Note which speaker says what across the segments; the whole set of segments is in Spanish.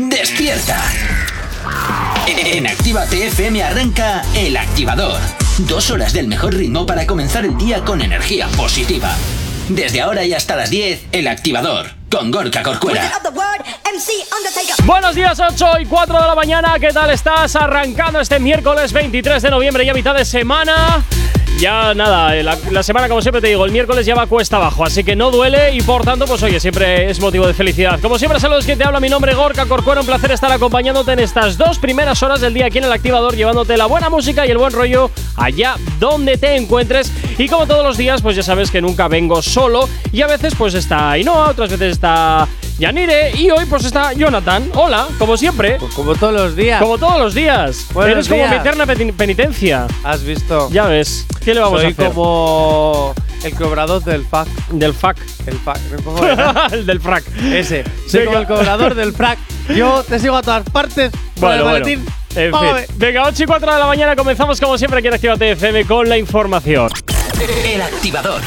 Speaker 1: despierta. En Activa TFM arranca El Activador. Dos horas del mejor ritmo para comenzar el día con energía positiva. Desde ahora y hasta las 10, El Activador, con Gorka Corcuera.
Speaker 2: Buenos días, 8 y 4 de la mañana. ¿Qué tal estás? Arrancando este miércoles 23 de noviembre, ya mitad de semana. Ya nada, eh, la, la, semana como siempre te digo, el miércoles ya va cuesta abajo, así que no duele y por tanto, pues oye, siempre es motivo de felicidad. Como siempre, saludos que te habla, mi nombre es Gorka Corcuero, un placer estar acompañándote en estas dos primeras horas del día aquí en el activador, llevándote la buena música y el buen rollo allá donde te encuentres. Y como todos los días, pues ya sabes que nunca vengo solo y a veces pues está Ainhoa, otras veces está Yanire y hoy pues está Jonathan. Hola, como siempre.
Speaker 3: Pues como todos los días.
Speaker 2: Como todos los días.
Speaker 3: Buenos
Speaker 2: Eres
Speaker 3: días.
Speaker 2: como mi eterna pen- penitencia.
Speaker 3: Has visto.
Speaker 2: Ya ves. ¿Qué le vamos
Speaker 3: Soy
Speaker 2: a hacer?
Speaker 3: como el cobrador del FAC.
Speaker 2: Del fac.
Speaker 3: El FAC. no puedo hablar.
Speaker 2: el del frac.
Speaker 3: Ese. Soy
Speaker 2: Venga.
Speaker 3: como el cobrador del FAC. Yo te sigo a todas partes. por
Speaker 2: Bueno,
Speaker 3: el
Speaker 2: bueno.
Speaker 3: maletín.
Speaker 2: En
Speaker 3: Vámonos.
Speaker 2: fin. Venga, 8 y 4 de la mañana comenzamos como siempre aquí en Actívate FM con la información.
Speaker 1: El Activador.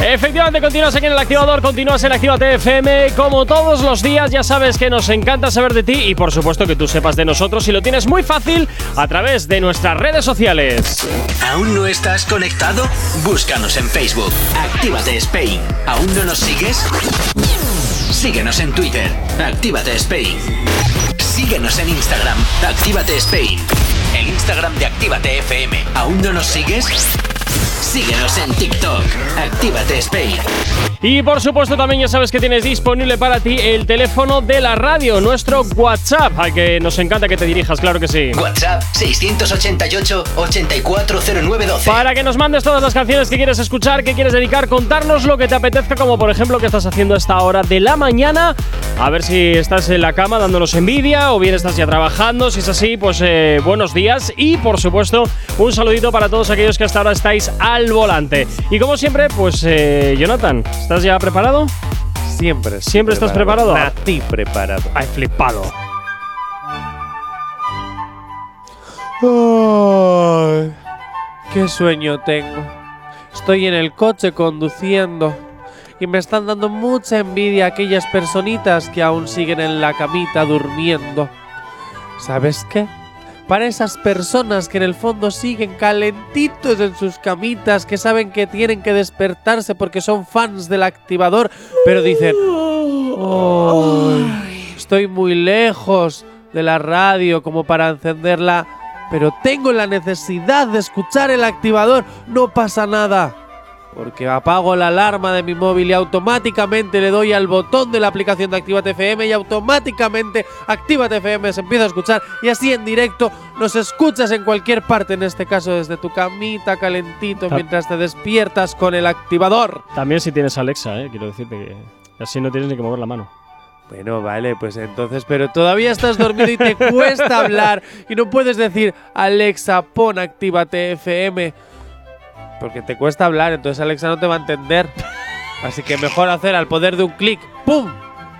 Speaker 2: Efectivamente, continúas aquí en el activador, continúas en Actívate FM. Como todos los días, ya sabes que nos encanta saber de ti y por supuesto que tú sepas de nosotros y lo tienes muy fácil a través de nuestras redes sociales.
Speaker 1: ¿Aún no estás conectado? Búscanos en Facebook. Actívate Spain. ¿Aún no nos sigues? Síguenos en Twitter. Actívate Spain. Síguenos en Instagram. Actívate Spain. El Instagram de Actívate FM. ¿Aún no nos sigues? Síguenos en TikTok. Actívate Spain.
Speaker 2: Y por supuesto también ya sabes que tienes disponible para ti el teléfono de la radio, nuestro WhatsApp, al que nos encanta que te dirijas, claro que sí.
Speaker 1: WhatsApp 688 840912.
Speaker 2: Para que nos mandes todas las canciones que quieres escuchar, que quieres dedicar, contarnos lo que te apetezca, como por ejemplo que estás haciendo a esta hora de la mañana. A ver si estás en la cama dándonos envidia o bien estás ya trabajando. Si es así, pues eh, buenos días y por supuesto un saludito para todos aquellos que hasta ahora estáis al volante. Y como siempre, pues eh, Jonathan, ¿estás ya preparado?
Speaker 3: Siempre. estoy
Speaker 2: ¿Siempre estás preparado?
Speaker 3: A ti preparado.
Speaker 2: Ay, flipado.
Speaker 3: Ay, qué sueño tengo. Estoy en el coche conduciendo y me están dando mucha envidia aquellas personitas que aún siguen en la camita durmiendo. ¿Sabes qué? Para esas personas que en el fondo siguen calentitos en sus camitas, que saben que tienen que despertarse porque son fans del activador, pero dicen, "Ay, estoy muy lejos de la radio como para encenderla, pero tengo la necesidad de escuchar el activador, no pasa nada. Porque apago la alarma de mi móvil y automáticamente le doy al botón de la aplicación de Actívate FM y automáticamente Actívate FM se empieza a escuchar y así en directo nos escuchas en cualquier parte, en este caso desde tu camita calentito
Speaker 2: Ta-
Speaker 3: mientras te despiertas con el activador.
Speaker 2: También si tienes Alexa, eh, quiero decirte que así no tienes ni que mover la mano.
Speaker 3: Bueno, vale, pues entonces, pero todavía estás dormido y te cuesta hablar y no puedes decir Alexa, pon actívate FM. Porque te cuesta hablar, entonces Alexa no te va a entender. Así que mejor hacer al poder de un clic, ¡pum!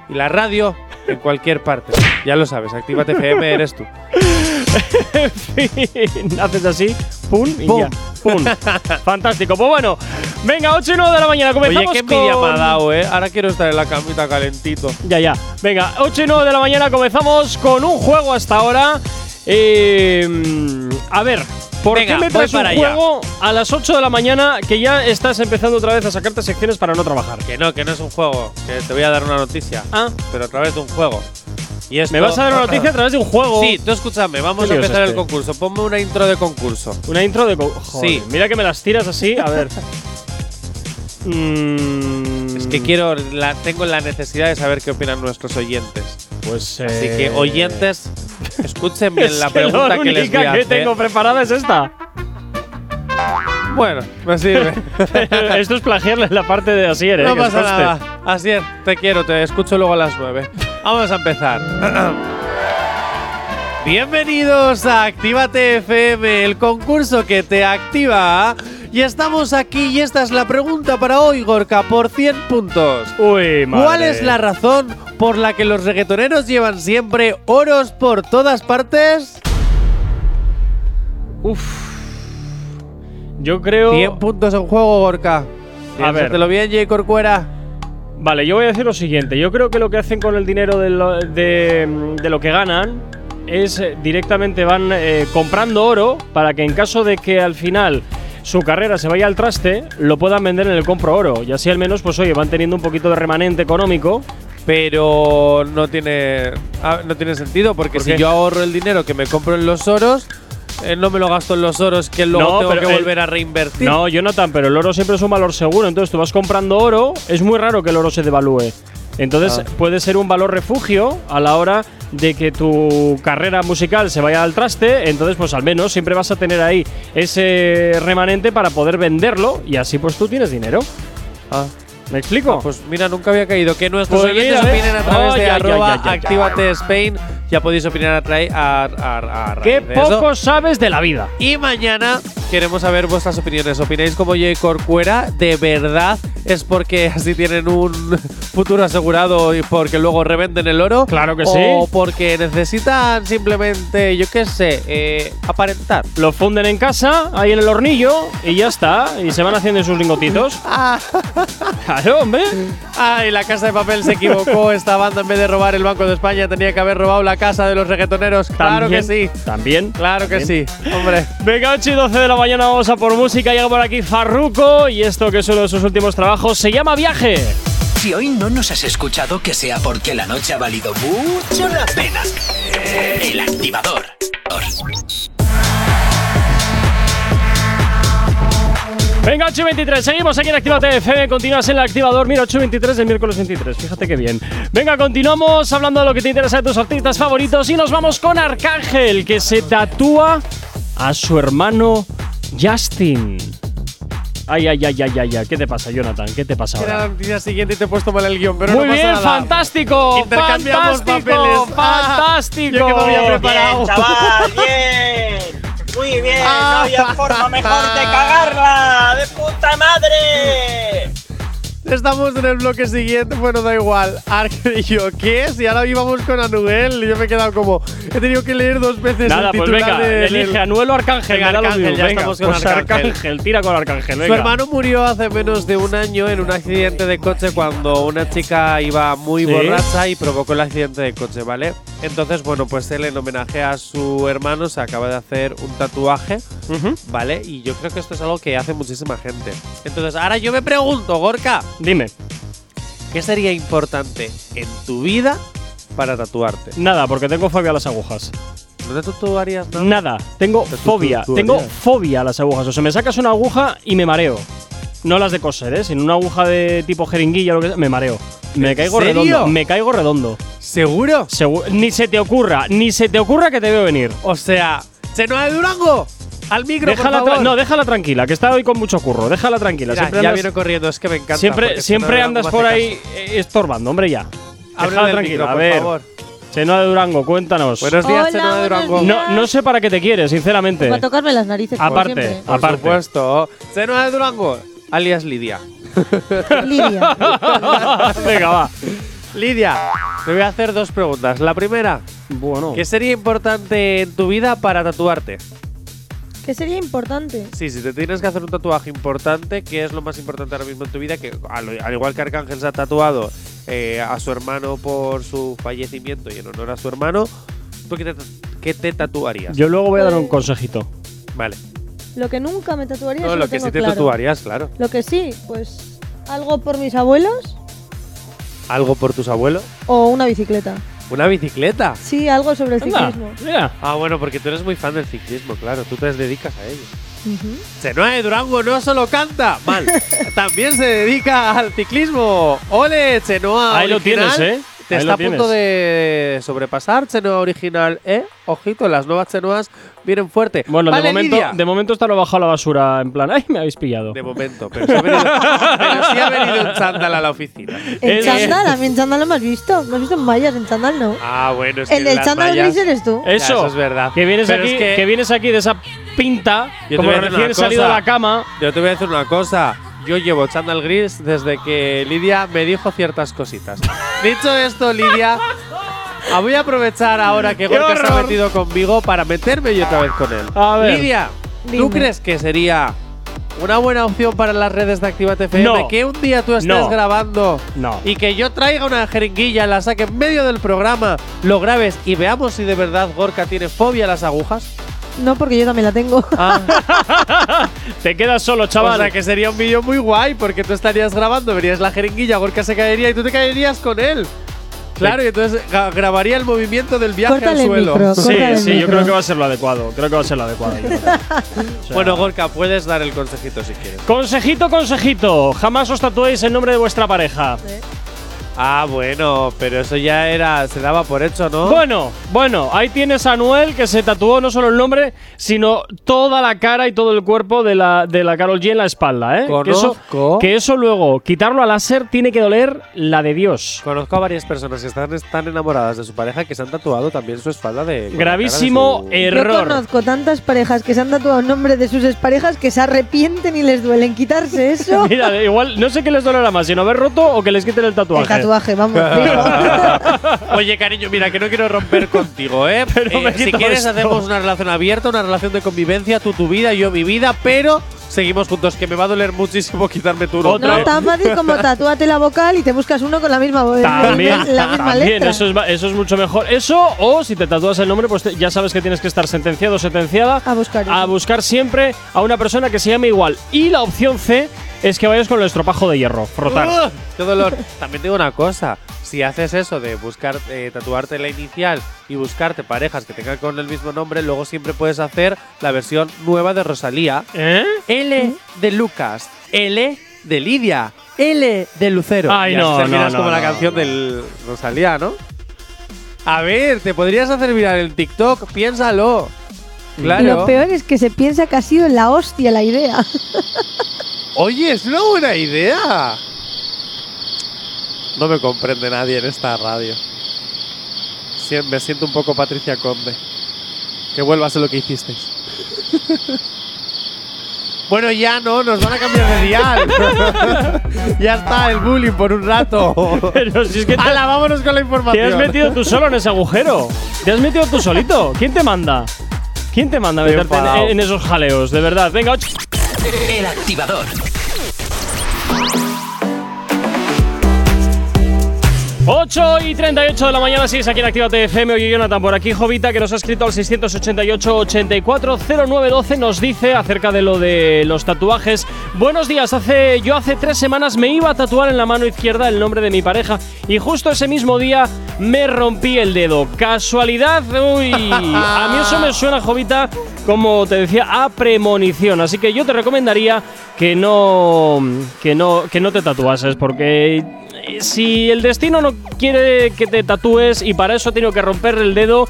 Speaker 3: Y la radio en cualquier parte. Ya lo sabes, actívate FM eres tú.
Speaker 2: Haces así, pum y
Speaker 3: Pum.
Speaker 2: ya. Pum. Fantástico. Pues bueno, venga, 8 y 9 de la mañana. Comenzamos
Speaker 3: Oye, qué
Speaker 2: Pues con...
Speaker 3: envidia me ha dado, ¿eh? Ahora quiero estar en la camita calentito.
Speaker 2: Ya, ya. Venga, 8 y 9 de la mañana comenzamos con un juego hasta ahora. Eh, mm, a ver, ¿por
Speaker 3: Venga,
Speaker 2: qué me traes
Speaker 3: voy para
Speaker 2: un
Speaker 3: allá.
Speaker 2: juego a las 8 de la mañana que ya estás empezando otra vez a sacarte secciones para no trabajar?
Speaker 3: Que no, que no es un juego, que te voy a dar una noticia.
Speaker 2: Ah,
Speaker 3: Pero a través de un juego. Y
Speaker 2: me vas a dar una noticia a través de un juego.
Speaker 3: Sí, tú escúchame, vamos
Speaker 2: ¿Qué
Speaker 3: a
Speaker 2: líos
Speaker 3: empezar
Speaker 2: este?
Speaker 3: el concurso. Ponme una intro de concurso.
Speaker 2: Una intro de. co- Joder,
Speaker 3: Sí.
Speaker 2: Mira que me las tiras así, a ver. Mm,
Speaker 3: Es que quiero, la, tengo la necesidad de saber qué opinan nuestros oyentes.
Speaker 2: Pues.
Speaker 3: Así que,
Speaker 2: eh,
Speaker 3: oyentes, escuchen bien la
Speaker 2: es que
Speaker 3: pregunta
Speaker 2: la
Speaker 3: que, les voy
Speaker 2: única
Speaker 3: a
Speaker 2: que
Speaker 3: hacer.
Speaker 2: tengo preparada es esta.
Speaker 3: Bueno, me sirve.
Speaker 2: Esto es plagiarle la parte de Asier, ¿eh?
Speaker 3: no
Speaker 2: que
Speaker 3: pasa
Speaker 2: conste.
Speaker 3: nada. Así es, te quiero, te escucho luego a las 9. Vamos a empezar. Bienvenidos a Actívate FM, el concurso que te activa. Y estamos aquí y esta es la pregunta para hoy, Gorka, por 100 puntos.
Speaker 2: Uy, madre.
Speaker 3: ¿Cuál es la razón por la que los reggaetoneros llevan siempre oros por todas partes?
Speaker 2: Uf. Yo creo.
Speaker 3: 100 puntos en juego, Gorka.
Speaker 2: A ver.
Speaker 3: Piénsatelo bien, J. Corcuera.
Speaker 2: Vale, yo voy a decir lo siguiente. Yo creo que lo que hacen con el dinero de lo, de, de lo que ganan es eh, directamente van eh, comprando oro para que en caso de que al final su carrera se vaya al traste, lo puedan vender en el compro oro. Y así al menos, pues oye, van teniendo un poquito de remanente económico.
Speaker 3: Pero no tiene, ah, no tiene sentido porque
Speaker 2: ¿Por
Speaker 3: si
Speaker 2: qué?
Speaker 3: yo ahorro el dinero que me compro en los oros, eh, no me lo gasto en los oros que luego
Speaker 2: No,
Speaker 3: tengo
Speaker 2: pero
Speaker 3: que
Speaker 2: el-
Speaker 3: volver a reinvertir.
Speaker 2: No, Jonathan, pero el oro siempre es un valor seguro. Entonces tú vas comprando oro, es muy raro que el oro se devalúe. Entonces
Speaker 3: Ah.
Speaker 2: puede ser un valor refugio a la hora de que tu carrera musical se vaya al traste. Entonces, pues al menos siempre vas a tener ahí ese remanente para poder venderlo y así pues tú tienes dinero.
Speaker 3: Ah,
Speaker 2: ¿Me explico?
Speaker 3: pues mira, nunca había caído. Que nuestros
Speaker 2: Pues
Speaker 3: oyentes
Speaker 2: mira, ¿ves?
Speaker 3: opinen a través
Speaker 2: Oh,
Speaker 3: de
Speaker 2: ya, ya,
Speaker 3: arroba
Speaker 2: ya, ya, ya.
Speaker 3: Actívate Spain. Ya podéis opinar a, trai- a, a- a raíz
Speaker 2: Qué
Speaker 3: de eso.
Speaker 2: poco sabes de la vida.
Speaker 3: Y mañana queremos saber vuestras opiniones. ¿Opináis como Jay Corcuera? ¿De verdad es porque así tienen un futuro asegurado y porque luego revenden el oro?
Speaker 2: Claro que
Speaker 3: ¿O
Speaker 2: sí.
Speaker 3: porque necesitan simplemente, yo qué sé, eh, aparentar?
Speaker 2: Lo funden en casa, ahí en el hornillo, y ya está. Y se van haciendo sus lingotitos.
Speaker 3: Ah,
Speaker 2: Claro, hombre.
Speaker 3: Ay, la casa de papel se equivocó. Esta banda, en vez de robar el Banco de España, tenía que haber robado la casa de los reggaetoneros. Claro que sí.
Speaker 2: También, También.
Speaker 3: Claro que
Speaker 2: También.
Speaker 3: sí. Hombre.
Speaker 2: Venga, 8 y 12 de la mañana vamos a por música. Llega por aquí Farruko y esto que es uno de sus últimos trabajos se llama Viaje.
Speaker 1: Si hoy no nos has escuchado, que sea porque la noche ha valido mucho la pena. El activador.
Speaker 2: Venga, 8 y 23, seguimos aquí en Actívate FM. Continúas en el activador. Mira, 8 y 23 del miércoles 23. Fíjate qué bien. Venga, continuamos hablando de lo que te interesa de tus artistas favoritos y nos vamos con Arcángel, que se tatúa a su hermano Justin. Ay, ay, ay, ay, ay, ay. ¿Qué te pasa, Jonathan? ¿Qué te pasa
Speaker 3: Era
Speaker 2: ahora?
Speaker 3: la noticia siguiente y te he puesto mal el guión, pero
Speaker 2: Muy
Speaker 3: no pasa
Speaker 2: bien,
Speaker 3: nada.
Speaker 2: fantástico.
Speaker 3: Intercambiamos
Speaker 2: fantástico,
Speaker 3: papeles. Ah,
Speaker 2: Fantástico.
Speaker 3: yo que me había preparado.
Speaker 4: chaval, bien. Muy bien,
Speaker 3: Ah.
Speaker 4: no había forma mejor de cagarla. ¡De puta madre!
Speaker 3: Estamos en el bloque siguiente, bueno, da igual. Arc- y yo, ¿qué? Si ahora íbamos con Anuel, yo me he quedado como. He tenido que leer dos veces
Speaker 2: Nada,
Speaker 3: el
Speaker 2: pues
Speaker 3: titular
Speaker 2: venga,
Speaker 3: del-
Speaker 2: elige Anuel o Arcángel.
Speaker 3: Venga,
Speaker 2: me da lo
Speaker 3: Arcángel,
Speaker 2: mismo,
Speaker 3: ya
Speaker 2: venga.
Speaker 3: estamos con
Speaker 2: Pues
Speaker 3: Arcángel.
Speaker 2: tira con Arcángel, venga.
Speaker 3: Su hermano murió hace menos de un año en un accidente de coche cuando una chica iba muy
Speaker 2: Sí.
Speaker 3: borracha y provocó el accidente de coche, ¿vale? Entonces, bueno, pues él en homenaje a su hermano se acaba de hacer un tatuaje,
Speaker 2: Ujú.
Speaker 3: ¿vale? Y yo creo que esto es algo que hace muchísima gente. Entonces, ahora yo me pregunto, Gorka,
Speaker 2: Dime,
Speaker 3: ¿qué sería importante en tu vida para tatuarte?
Speaker 2: nada, porque tengo fobia a las agujas.
Speaker 3: ¿No te tatuarías nada?
Speaker 2: Nada, tengo
Speaker 3: Te tu- tu-
Speaker 2: fobia,
Speaker 3: tu-
Speaker 2: tengo
Speaker 3: harías.
Speaker 2: fobia a las agujas. O sea, me sacas una aguja y me mareo. No las de coser, ¿eh? Sino una aguja de tipo jeringuilla o lo que sea, me mareo. Me
Speaker 3: ¿En
Speaker 2: caigo
Speaker 3: serio?
Speaker 2: redondo, me caigo redondo.
Speaker 3: ¿Seguro?
Speaker 2: Segu- ni se te ocurra, ni se te ocurra que te veo venir.
Speaker 3: O sea, Chenoa de Durango, al micro,
Speaker 2: Déjala
Speaker 3: por
Speaker 2: tra-
Speaker 3: favor.
Speaker 2: no, déjala tranquila, que está hoy con mucho curro. Déjala tranquila.
Speaker 3: Mira,
Speaker 2: siempre
Speaker 3: ya
Speaker 2: andas-
Speaker 3: viene corriendo, es que me encanta. porque
Speaker 2: Siempre, siempre
Speaker 3: Chenoa de
Speaker 2: andas
Speaker 3: Durango
Speaker 2: por
Speaker 3: hace
Speaker 2: ahí eh, estorbando, hombre, ya.
Speaker 3: caso. Háblale
Speaker 2: Déjala
Speaker 3: al
Speaker 2: tranquila,
Speaker 3: micro,
Speaker 2: a
Speaker 3: por
Speaker 2: ver.
Speaker 3: favor.
Speaker 2: Chenoa de Durango, cuéntanos.
Speaker 3: Buenos días,
Speaker 5: Hola,
Speaker 3: Chenoa de
Speaker 5: buenos
Speaker 3: Durango.
Speaker 5: días.
Speaker 2: no, no sé para qué te quieres, sinceramente.
Speaker 5: Para tocarme las narices. como
Speaker 2: Aparte.
Speaker 5: siempre.
Speaker 3: Por
Speaker 2: aparte.
Speaker 3: supuesto. Chenoa de Durango, alias Lidia.
Speaker 5: Lidia.
Speaker 2: Venga, va.
Speaker 3: Lidia, te voy a hacer dos preguntas. La primera,
Speaker 2: Bueno.
Speaker 3: ¿qué sería importante en tu vida para tatuarte?
Speaker 5: ¿Qué sería importante?
Speaker 3: Sí, si te tienes que hacer un tatuaje importante, ¿qué es lo más importante ahora mismo en tu vida? Que al, al igual que Arcángel se ha tatuado eh, a su hermano por su fallecimiento y en honor a su hermano, ¿tú qué te, qué te tatuarías?
Speaker 2: Yo luego voy a dar un consejito.
Speaker 3: Vale.
Speaker 5: Lo que nunca me tatuaría eso
Speaker 3: No,
Speaker 5: lo,
Speaker 3: lo que
Speaker 5: tengo
Speaker 3: sí te
Speaker 5: claro.
Speaker 3: tatuarías, claro.
Speaker 5: Lo que sí, pues algo por mis abuelos
Speaker 3: ¿Algo por tus abuelos?
Speaker 5: o una bicicleta.
Speaker 3: ¿Una bicicleta?
Speaker 5: Sí, algo sobre el
Speaker 2: Anda,
Speaker 5: ciclismo.
Speaker 2: mira.
Speaker 3: Ah, bueno, porque tú eres muy fan del ciclismo, claro. Tú te dedicas a ello.
Speaker 5: Ujú.
Speaker 3: Senoa de Durango no solo canta, mal, también se dedica al ciclismo. ¡Ole, Chenoa!
Speaker 2: Ahí lo
Speaker 3: original!
Speaker 2: tienes, ¿eh?
Speaker 3: Te
Speaker 2: Ahí
Speaker 3: está
Speaker 2: lo
Speaker 3: a punto
Speaker 2: tienes.
Speaker 3: de sobrepasar, Chenoa original, ¿eh? Ojito, las nuevas Chenoas vienen fuerte.
Speaker 2: Bueno,
Speaker 3: Vale,
Speaker 2: de momento,
Speaker 3: Lidia.
Speaker 2: de momento está lo bajado a la basura, en plan, ay, me habéis pillado.
Speaker 3: De momento, pero sí ha venido, pero sí ha venido un chándal a la oficina.
Speaker 5: En
Speaker 2: Es-
Speaker 5: chándal, a mí en chándal no me has visto. Me has visto en mallas, en chándal no.
Speaker 3: Ah, bueno, es que
Speaker 5: el del
Speaker 3: las Eh.
Speaker 5: chándal
Speaker 3: mallas-
Speaker 5: gris eres tú.
Speaker 3: Ya,
Speaker 2: Eso,
Speaker 3: eso es verdad.
Speaker 2: Que vienes,
Speaker 3: Pero
Speaker 2: aquí,
Speaker 3: es
Speaker 2: que...
Speaker 3: que-
Speaker 2: vienes aquí de esa pinta,
Speaker 3: Yo te
Speaker 2: como
Speaker 3: voy a decir
Speaker 2: recién
Speaker 3: una
Speaker 2: salido de
Speaker 3: cosa.
Speaker 2: la cama.
Speaker 3: Yo te voy a decir una cosa. Yo llevo chándal gris desde que Lidia me dijo ciertas cositas. Dicho esto, Lidia, ah, voy a aprovechar ahora que Gorka se ha
Speaker 2: horror!
Speaker 3: metido conmigo para meterme yo otra vez con él.
Speaker 2: A ver.
Speaker 3: Lidia, ¿tú
Speaker 5: Dime.
Speaker 3: crees que sería Una buena opción para las redes de Actívate FM.
Speaker 2: No.
Speaker 3: Que un día tú estés
Speaker 2: No.
Speaker 3: grabando
Speaker 2: No.
Speaker 3: y que yo traiga una jeringuilla, la saque en medio del programa, lo grabes y veamos si de verdad Gorka tiene fobia a las agujas.
Speaker 5: No, porque yo también la tengo.
Speaker 3: Ah,
Speaker 2: Te quedas solo,
Speaker 3: O
Speaker 2: chaval.
Speaker 3: sea, que sería un vídeo muy guay porque tú estarías grabando, verías la jeringuilla, Gorka se caería y tú te caerías con él. Claro, y entonces ga- grabaría el movimiento del viaje
Speaker 5: Córtale
Speaker 3: al
Speaker 5: el
Speaker 3: suelo.
Speaker 5: micro.
Speaker 2: Sí,
Speaker 5: Corta el
Speaker 2: sí, yo
Speaker 5: micro.
Speaker 2: creo que va a ser lo adecuado. Creo que va a ser lo adecuado. yo creo. O sea,
Speaker 3: Bueno, Gorka, puedes dar el consejito si quieres.
Speaker 2: consejito, consejito. Jamás os tatuéis el nombre de vuestra pareja.
Speaker 3: Ah, bueno, pero eso ya era, se daba por hecho, ¿no?
Speaker 2: Bueno, bueno, ahí tienes a Noel que se tatuó no solo el nombre, sino toda la cara y todo el cuerpo de la, de la Carol G en la espalda, ¿eh? Que eso,
Speaker 3: Conozco.
Speaker 2: que eso luego, quitarlo a láser, tiene que doler la de Dios.
Speaker 3: Conozco a varias personas que están tan enamoradas de su pareja que se han tatuado también su espalda de. con la cara de
Speaker 2: Gravísimo
Speaker 3: su-
Speaker 5: Yo
Speaker 2: error.
Speaker 5: conozco tantas parejas que se han tatuado el nombre de sus exparejas que se arrepienten y les duelen quitarse eso.
Speaker 2: Mira, igual no sé qué les dolerá más, si no haber roto o que les quiten el tatuaje.
Speaker 5: El tatuaje, vamos. fijo.
Speaker 3: Oye, cariño, mira, que no quiero romper contigo, ¿eh?
Speaker 2: Pero
Speaker 3: Eh,
Speaker 2: me
Speaker 3: si
Speaker 2: quito
Speaker 3: quieres,
Speaker 2: esto.
Speaker 3: hacemos una relación abierta, una relación de convivencia, tú tu vida, yo mi vida, pero seguimos juntos, que me va a doler muchísimo quitarme tu
Speaker 2: Otro.
Speaker 5: no,
Speaker 3: nombre.
Speaker 5: tan fácil como tatúate la vocal y te buscas uno con la misma voz.
Speaker 2: También,
Speaker 5: la misma
Speaker 2: también
Speaker 5: letra.
Speaker 2: eso, es, va- eso es mucho mejor. Eso, o si te tatúas el nombre, pues te- ya sabes que tienes que estar sentenciado o sentenciada
Speaker 5: A buscar.
Speaker 2: a buscar siempre a una persona que se llame igual. Y la opción C es que vayas con el estropajo de hierro, frotar.
Speaker 3: ¡Ugh! ¡Qué dolor! También digo una cosa. Si haces eso de buscar, eh, tatuarte la inicial y buscarte parejas que tengan con el mismo nombre, luego siempre puedes hacer la versión nueva de Rosalía.
Speaker 2: ¿Eh?
Speaker 3: L de Lucas, L de Lidia, L de Lucero.
Speaker 2: Ay,
Speaker 3: Y así
Speaker 2: no,
Speaker 3: terminas
Speaker 2: no, no,
Speaker 3: como la
Speaker 2: no.
Speaker 3: canción del Rosalía, ¿no? A ver, te podrías hacer viral el TikTok, piénsalo. Claro.
Speaker 5: Lo peor es que se piensa que ha sido la hostia la idea.
Speaker 3: Oye, es una buena idea. No me comprende nadie en esta radio. Sie- Me siento un poco Patricia Conde. Que vuelvas a lo que hicisteis. bueno, ya no, nos van a cambiar de dial. ya está el bullying por un rato.
Speaker 2: Pero si es que te,
Speaker 5: Ah,
Speaker 3: ¡Hala, vámonos con
Speaker 2: te
Speaker 3: la
Speaker 2: has
Speaker 3: información!
Speaker 2: metido tú solo en ese agujero. Te has metido tú solito. ¿Quién te manda? ¿Quién te manda a
Speaker 3: Estoy
Speaker 2: meterte en,
Speaker 3: enfadado.
Speaker 2: en esos jaleos? De verdad, venga, och-
Speaker 1: El activador.
Speaker 2: Ocho y 38 de la mañana, sigues aquí en Actívate FM. Oye, Jonathan, por aquí Jovita, que nos ha escrito al 688-840912, nos dice acerca de lo de los tatuajes. Buenos días, hace, yo hace tres semanas me iba a tatuar en la mano izquierda el nombre de mi pareja y justo ese mismo día me rompí el dedo. ¿Casualidad? Uy, a mí eso me suena, Jovita, como te decía, a premonición. Así que yo te recomendaría que no, que no, que no te tatuases porque eh, si el destino no quiere que te tatúes y para eso tiene que romper el dedo,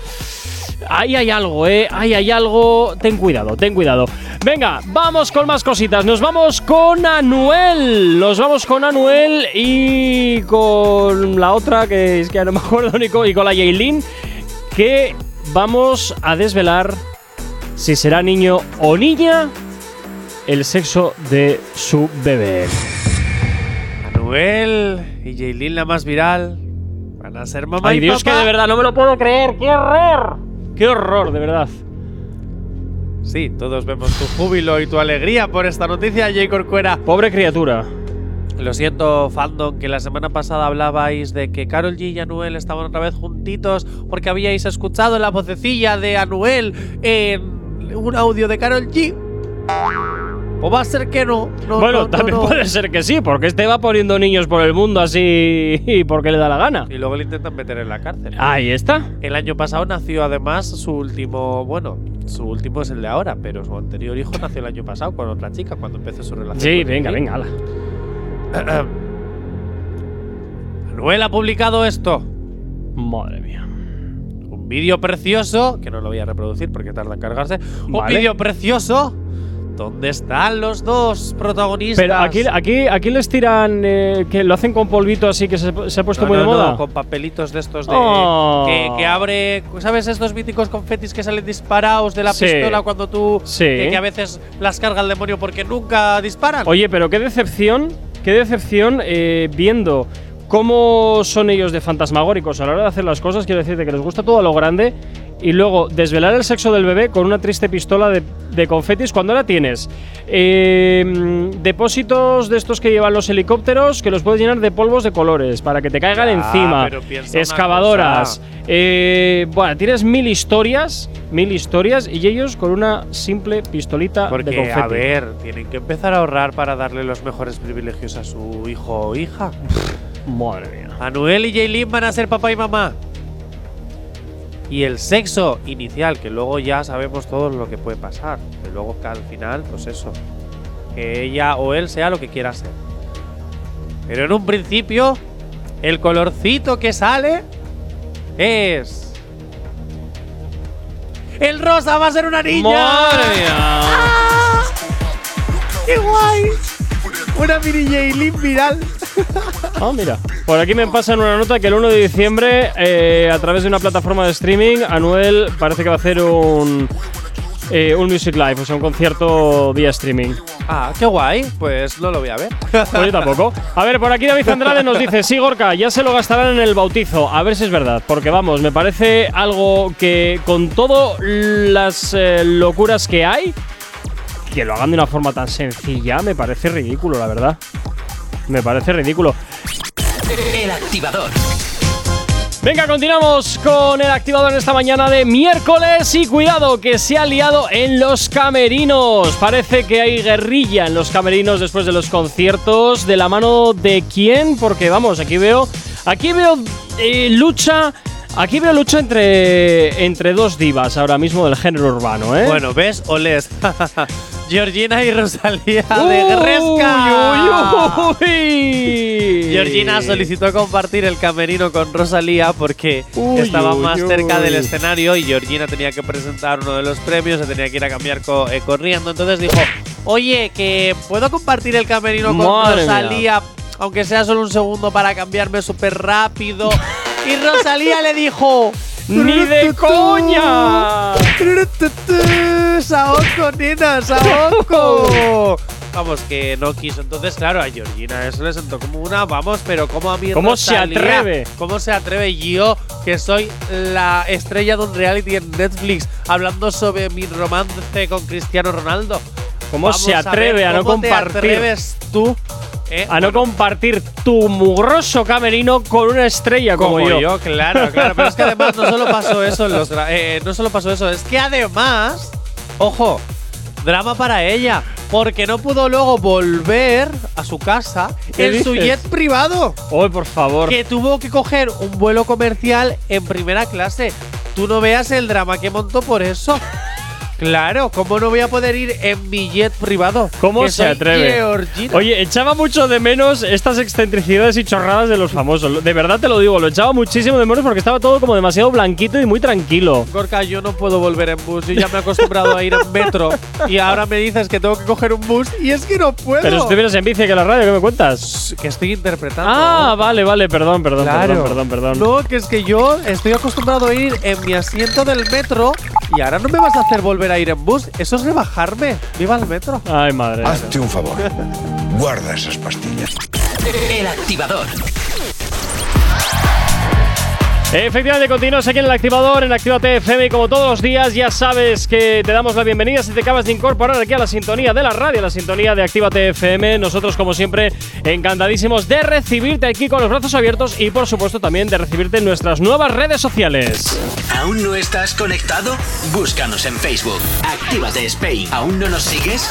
Speaker 2: ahí hay algo, ¿eh? Ahí hay algo. Ten cuidado, ten cuidado. Venga, vamos con más cositas. Nos vamos con Anuel. Nos vamos con Anuel y con la otra, que es que ya no me acuerdo, ni con- y con la Yailin, que vamos a desvelar si será niño o niña el sexo de su bebé.
Speaker 3: Manuel y Jaylin, la más viral. Van a ser mamá
Speaker 2: Ay,
Speaker 3: y
Speaker 2: Dios, que
Speaker 3: papá.
Speaker 2: de verdad no me lo puedo creer. ¡Qué horror! ¡Qué horror, de verdad!
Speaker 3: Sí, todos vemos tu júbilo y tu alegría por esta noticia, Jay Corcuera.
Speaker 2: Pobre criatura.
Speaker 3: Lo siento, fandom, que la semana pasada hablabais de que Carol G y Anuel estaban otra vez juntitos porque habíais escuchado la vocecilla de Anuel en un audio de Carol G. O va a ser que no. No,
Speaker 2: bueno,
Speaker 3: no, no,
Speaker 2: también
Speaker 3: no.
Speaker 2: puede ser que sí, porque este va poniendo niños por el mundo así y porque le da la gana.
Speaker 3: Y luego le intentan meter en la cárcel.
Speaker 2: Ahí está.
Speaker 3: El año pasado nació además su último, bueno, su último es el de ahora, pero su anterior hijo nació el año pasado con otra chica cuando empezó su relación.
Speaker 2: Sí,
Speaker 3: con
Speaker 2: venga,
Speaker 3: J Balvin.
Speaker 2: venga, ala.
Speaker 3: Anuel ha publicado esto.
Speaker 2: Madre mía.
Speaker 3: un vídeo precioso, que no lo voy a reproducir porque tarda en cargarse, un
Speaker 2: Vale.
Speaker 3: vídeo precioso donde están los dos protagonistas.
Speaker 2: Pero aquí, aquí, aquí les tiran eh, que lo hacen con polvito así que se, se ha puesto
Speaker 3: No,
Speaker 2: muy
Speaker 3: no,
Speaker 2: de
Speaker 3: no,
Speaker 2: moda.
Speaker 3: con papelitos de estos de
Speaker 2: Oh.
Speaker 3: que, que abre, ¿sabes estos míticos confetis que salen disparados de la
Speaker 2: Sí.
Speaker 3: pistola cuando tú
Speaker 2: Sí.
Speaker 3: que, que a veces las carga el demonio porque nunca disparan?
Speaker 2: Oye, pero qué decepción, qué decepción eh, viendo cómo son ellos de fantasmagóricos a la hora de hacer las cosas. Quiero decirte que les gusta todo a lo grande y luego desvelar el sexo del bebé con una triste pistola de, de confetis cuando ahora tienes eh, mm, depósitos de estos que llevan los helicópteros que los puedes llenar de polvos de colores para que te caigan
Speaker 3: Ya,
Speaker 2: encima,
Speaker 3: pero piensa una
Speaker 2: excavadoras.
Speaker 3: cosa.
Speaker 2: eh, bueno, tienes mil historias, mil historias y ellos con una simple pistolita de
Speaker 3: Porque,
Speaker 2: confeti.
Speaker 3: a ver, tienen que empezar a ahorrar para darle los mejores privilegios a su hijo o hija.
Speaker 2: Madre mía.
Speaker 3: Anuel y Jaylin van a ser papá y mamá. Y el sexo inicial, que luego ya sabemos todos lo que puede pasar. Que luego que al final, pues eso. Que ella o él sea lo que quiera ser. Pero en un principio, el colorcito que sale es. ¡El rosa va a ser una niña! ¡Ah!
Speaker 2: Madre mía.
Speaker 3: ¡Qué guay! Una mini Jaylin viral.
Speaker 2: Ah, mira. Por aquí me pasan una nota que el 1 de diciembre, eh, a través de una plataforma de streaming, Anuel parece que va a hacer un, eh, un Music Live, o sea, un concierto vía streaming.
Speaker 3: Ah, qué guay. Pues no lo voy a ver.
Speaker 2: Pues yo tampoco. A ver, por aquí David Andrade nos dice, sí, Gorka, ya se lo gastarán en el bautizo. A ver si es verdad, porque vamos, me parece algo que con todas las eh, locuras que hay, que lo hagan de una forma tan sencilla, me parece ridículo, la verdad. Me parece ridículo.
Speaker 1: El activador.
Speaker 2: Venga, continuamos con el activador en esta mañana de miércoles y cuidado que se ha liado en los camerinos. Parece que hay guerrilla en los camerinos después de los conciertos. ¿De la mano de quién? Porque vamos, aquí veo. Aquí veo eh, lucha. Aquí veo lucha entre. entre dos divas ahora mismo del género urbano, ¿eh?
Speaker 3: Bueno, ¿ves o lees? Georgina y Rosalía
Speaker 2: Uy,
Speaker 3: de Gresca.
Speaker 2: uy, uy.
Speaker 3: Georgina solicitó compartir el camerino con Rosalía porque
Speaker 2: Uy,
Speaker 3: estaba
Speaker 2: uy,
Speaker 3: más
Speaker 2: uy.
Speaker 3: cerca del escenario y Georgina tenía que presentar uno de los premios, se tenía que ir a cambiar co- eh, corriendo. Entonces dijo, oye, que puedo compartir el camerino con
Speaker 2: Madre mía.
Speaker 3: Rosalía, aunque sea solo un segundo para cambiarme súper rápido. y Rosalía le dijo,
Speaker 2: ¡Ni de coña!
Speaker 3: ¡Saoko, nena! ¡Saoko! Vamos, que no quiso. Entonces, claro, a Georgina eso le sentó como una, vamos, pero ¿cómo a mí
Speaker 2: ¿Cómo se
Speaker 3: Rosalía?
Speaker 2: atreve?
Speaker 3: ¿Cómo se atreve yo, que soy la estrella de un reality en Netflix, hablando sobre mi romance con Cristiano Ronaldo?
Speaker 2: ¿Cómo
Speaker 3: Vamos
Speaker 2: se
Speaker 3: ver,
Speaker 2: atreve a no
Speaker 3: ¿cómo Te
Speaker 2: compartir?
Speaker 3: atreves tú eh,
Speaker 2: a Ah, no compartir tu mugroso camerino con una estrella como, yo.
Speaker 3: claro, claro. Pero es que además no solo pasó eso en los dra- eh, no solo pasó eso, es que además, ojo, drama para ella, porque no pudo luego volver a su casa
Speaker 2: ¿Qué
Speaker 3: en su jet
Speaker 2: dices?
Speaker 3: privado,
Speaker 2: Hoy, por favor.
Speaker 3: que tuvo que coger un vuelo comercial en primera clase. Tú no veas el drama que montó por eso. Claro, ¿cómo no voy a poder ir en mi jet privado?
Speaker 2: ¿Cómo
Speaker 3: Que
Speaker 2: se
Speaker 3: soy
Speaker 2: atreve?
Speaker 3: Georgina.
Speaker 2: Oye, echaba mucho de menos estas excentricidades y chorradas de los famosos. Lo- De verdad te lo digo, lo echaba muchísimo de menos porque estaba todo como demasiado blanquito y muy tranquilo.
Speaker 3: Gorka, yo no puedo volver en bus. Yo ya me he acostumbrado a ir en metro. Y ahora me dices que tengo que coger un bus. Y es que no puedo.
Speaker 2: Pero estuvieras en bici que en la radio, ¿qué me cuentas?
Speaker 3: que estoy interpretando.
Speaker 2: Ah, vale, vale, perdón, perdón,
Speaker 3: Claro.
Speaker 2: perdón, perdón, perdón.
Speaker 3: No, que es que yo estoy acostumbrado a ir en mi asiento del metro. Y ahora no me vas a hacer volver a ir en bus. Eso es rebajarme. Viva el metro.
Speaker 2: Ay, madre.
Speaker 6: Hazte un favor. Guarda esas pastillas.
Speaker 1: El activador.
Speaker 2: Efectivamente, continuamos aquí en el activador, en Actívate FM. Y como todos los días, ya sabes que te damos la bienvenida si te acabas de incorporar aquí a la sintonía de la radio, a la sintonía de Actívate FM. Nosotros, como siempre, encantadísimos de recibirte aquí con los brazos abiertos y, por supuesto, también de recibirte en nuestras nuevas redes sociales.
Speaker 1: ¿Aún no estás conectado? Búscanos en Facebook. Actívate Spain. ¿Aún no nos sigues?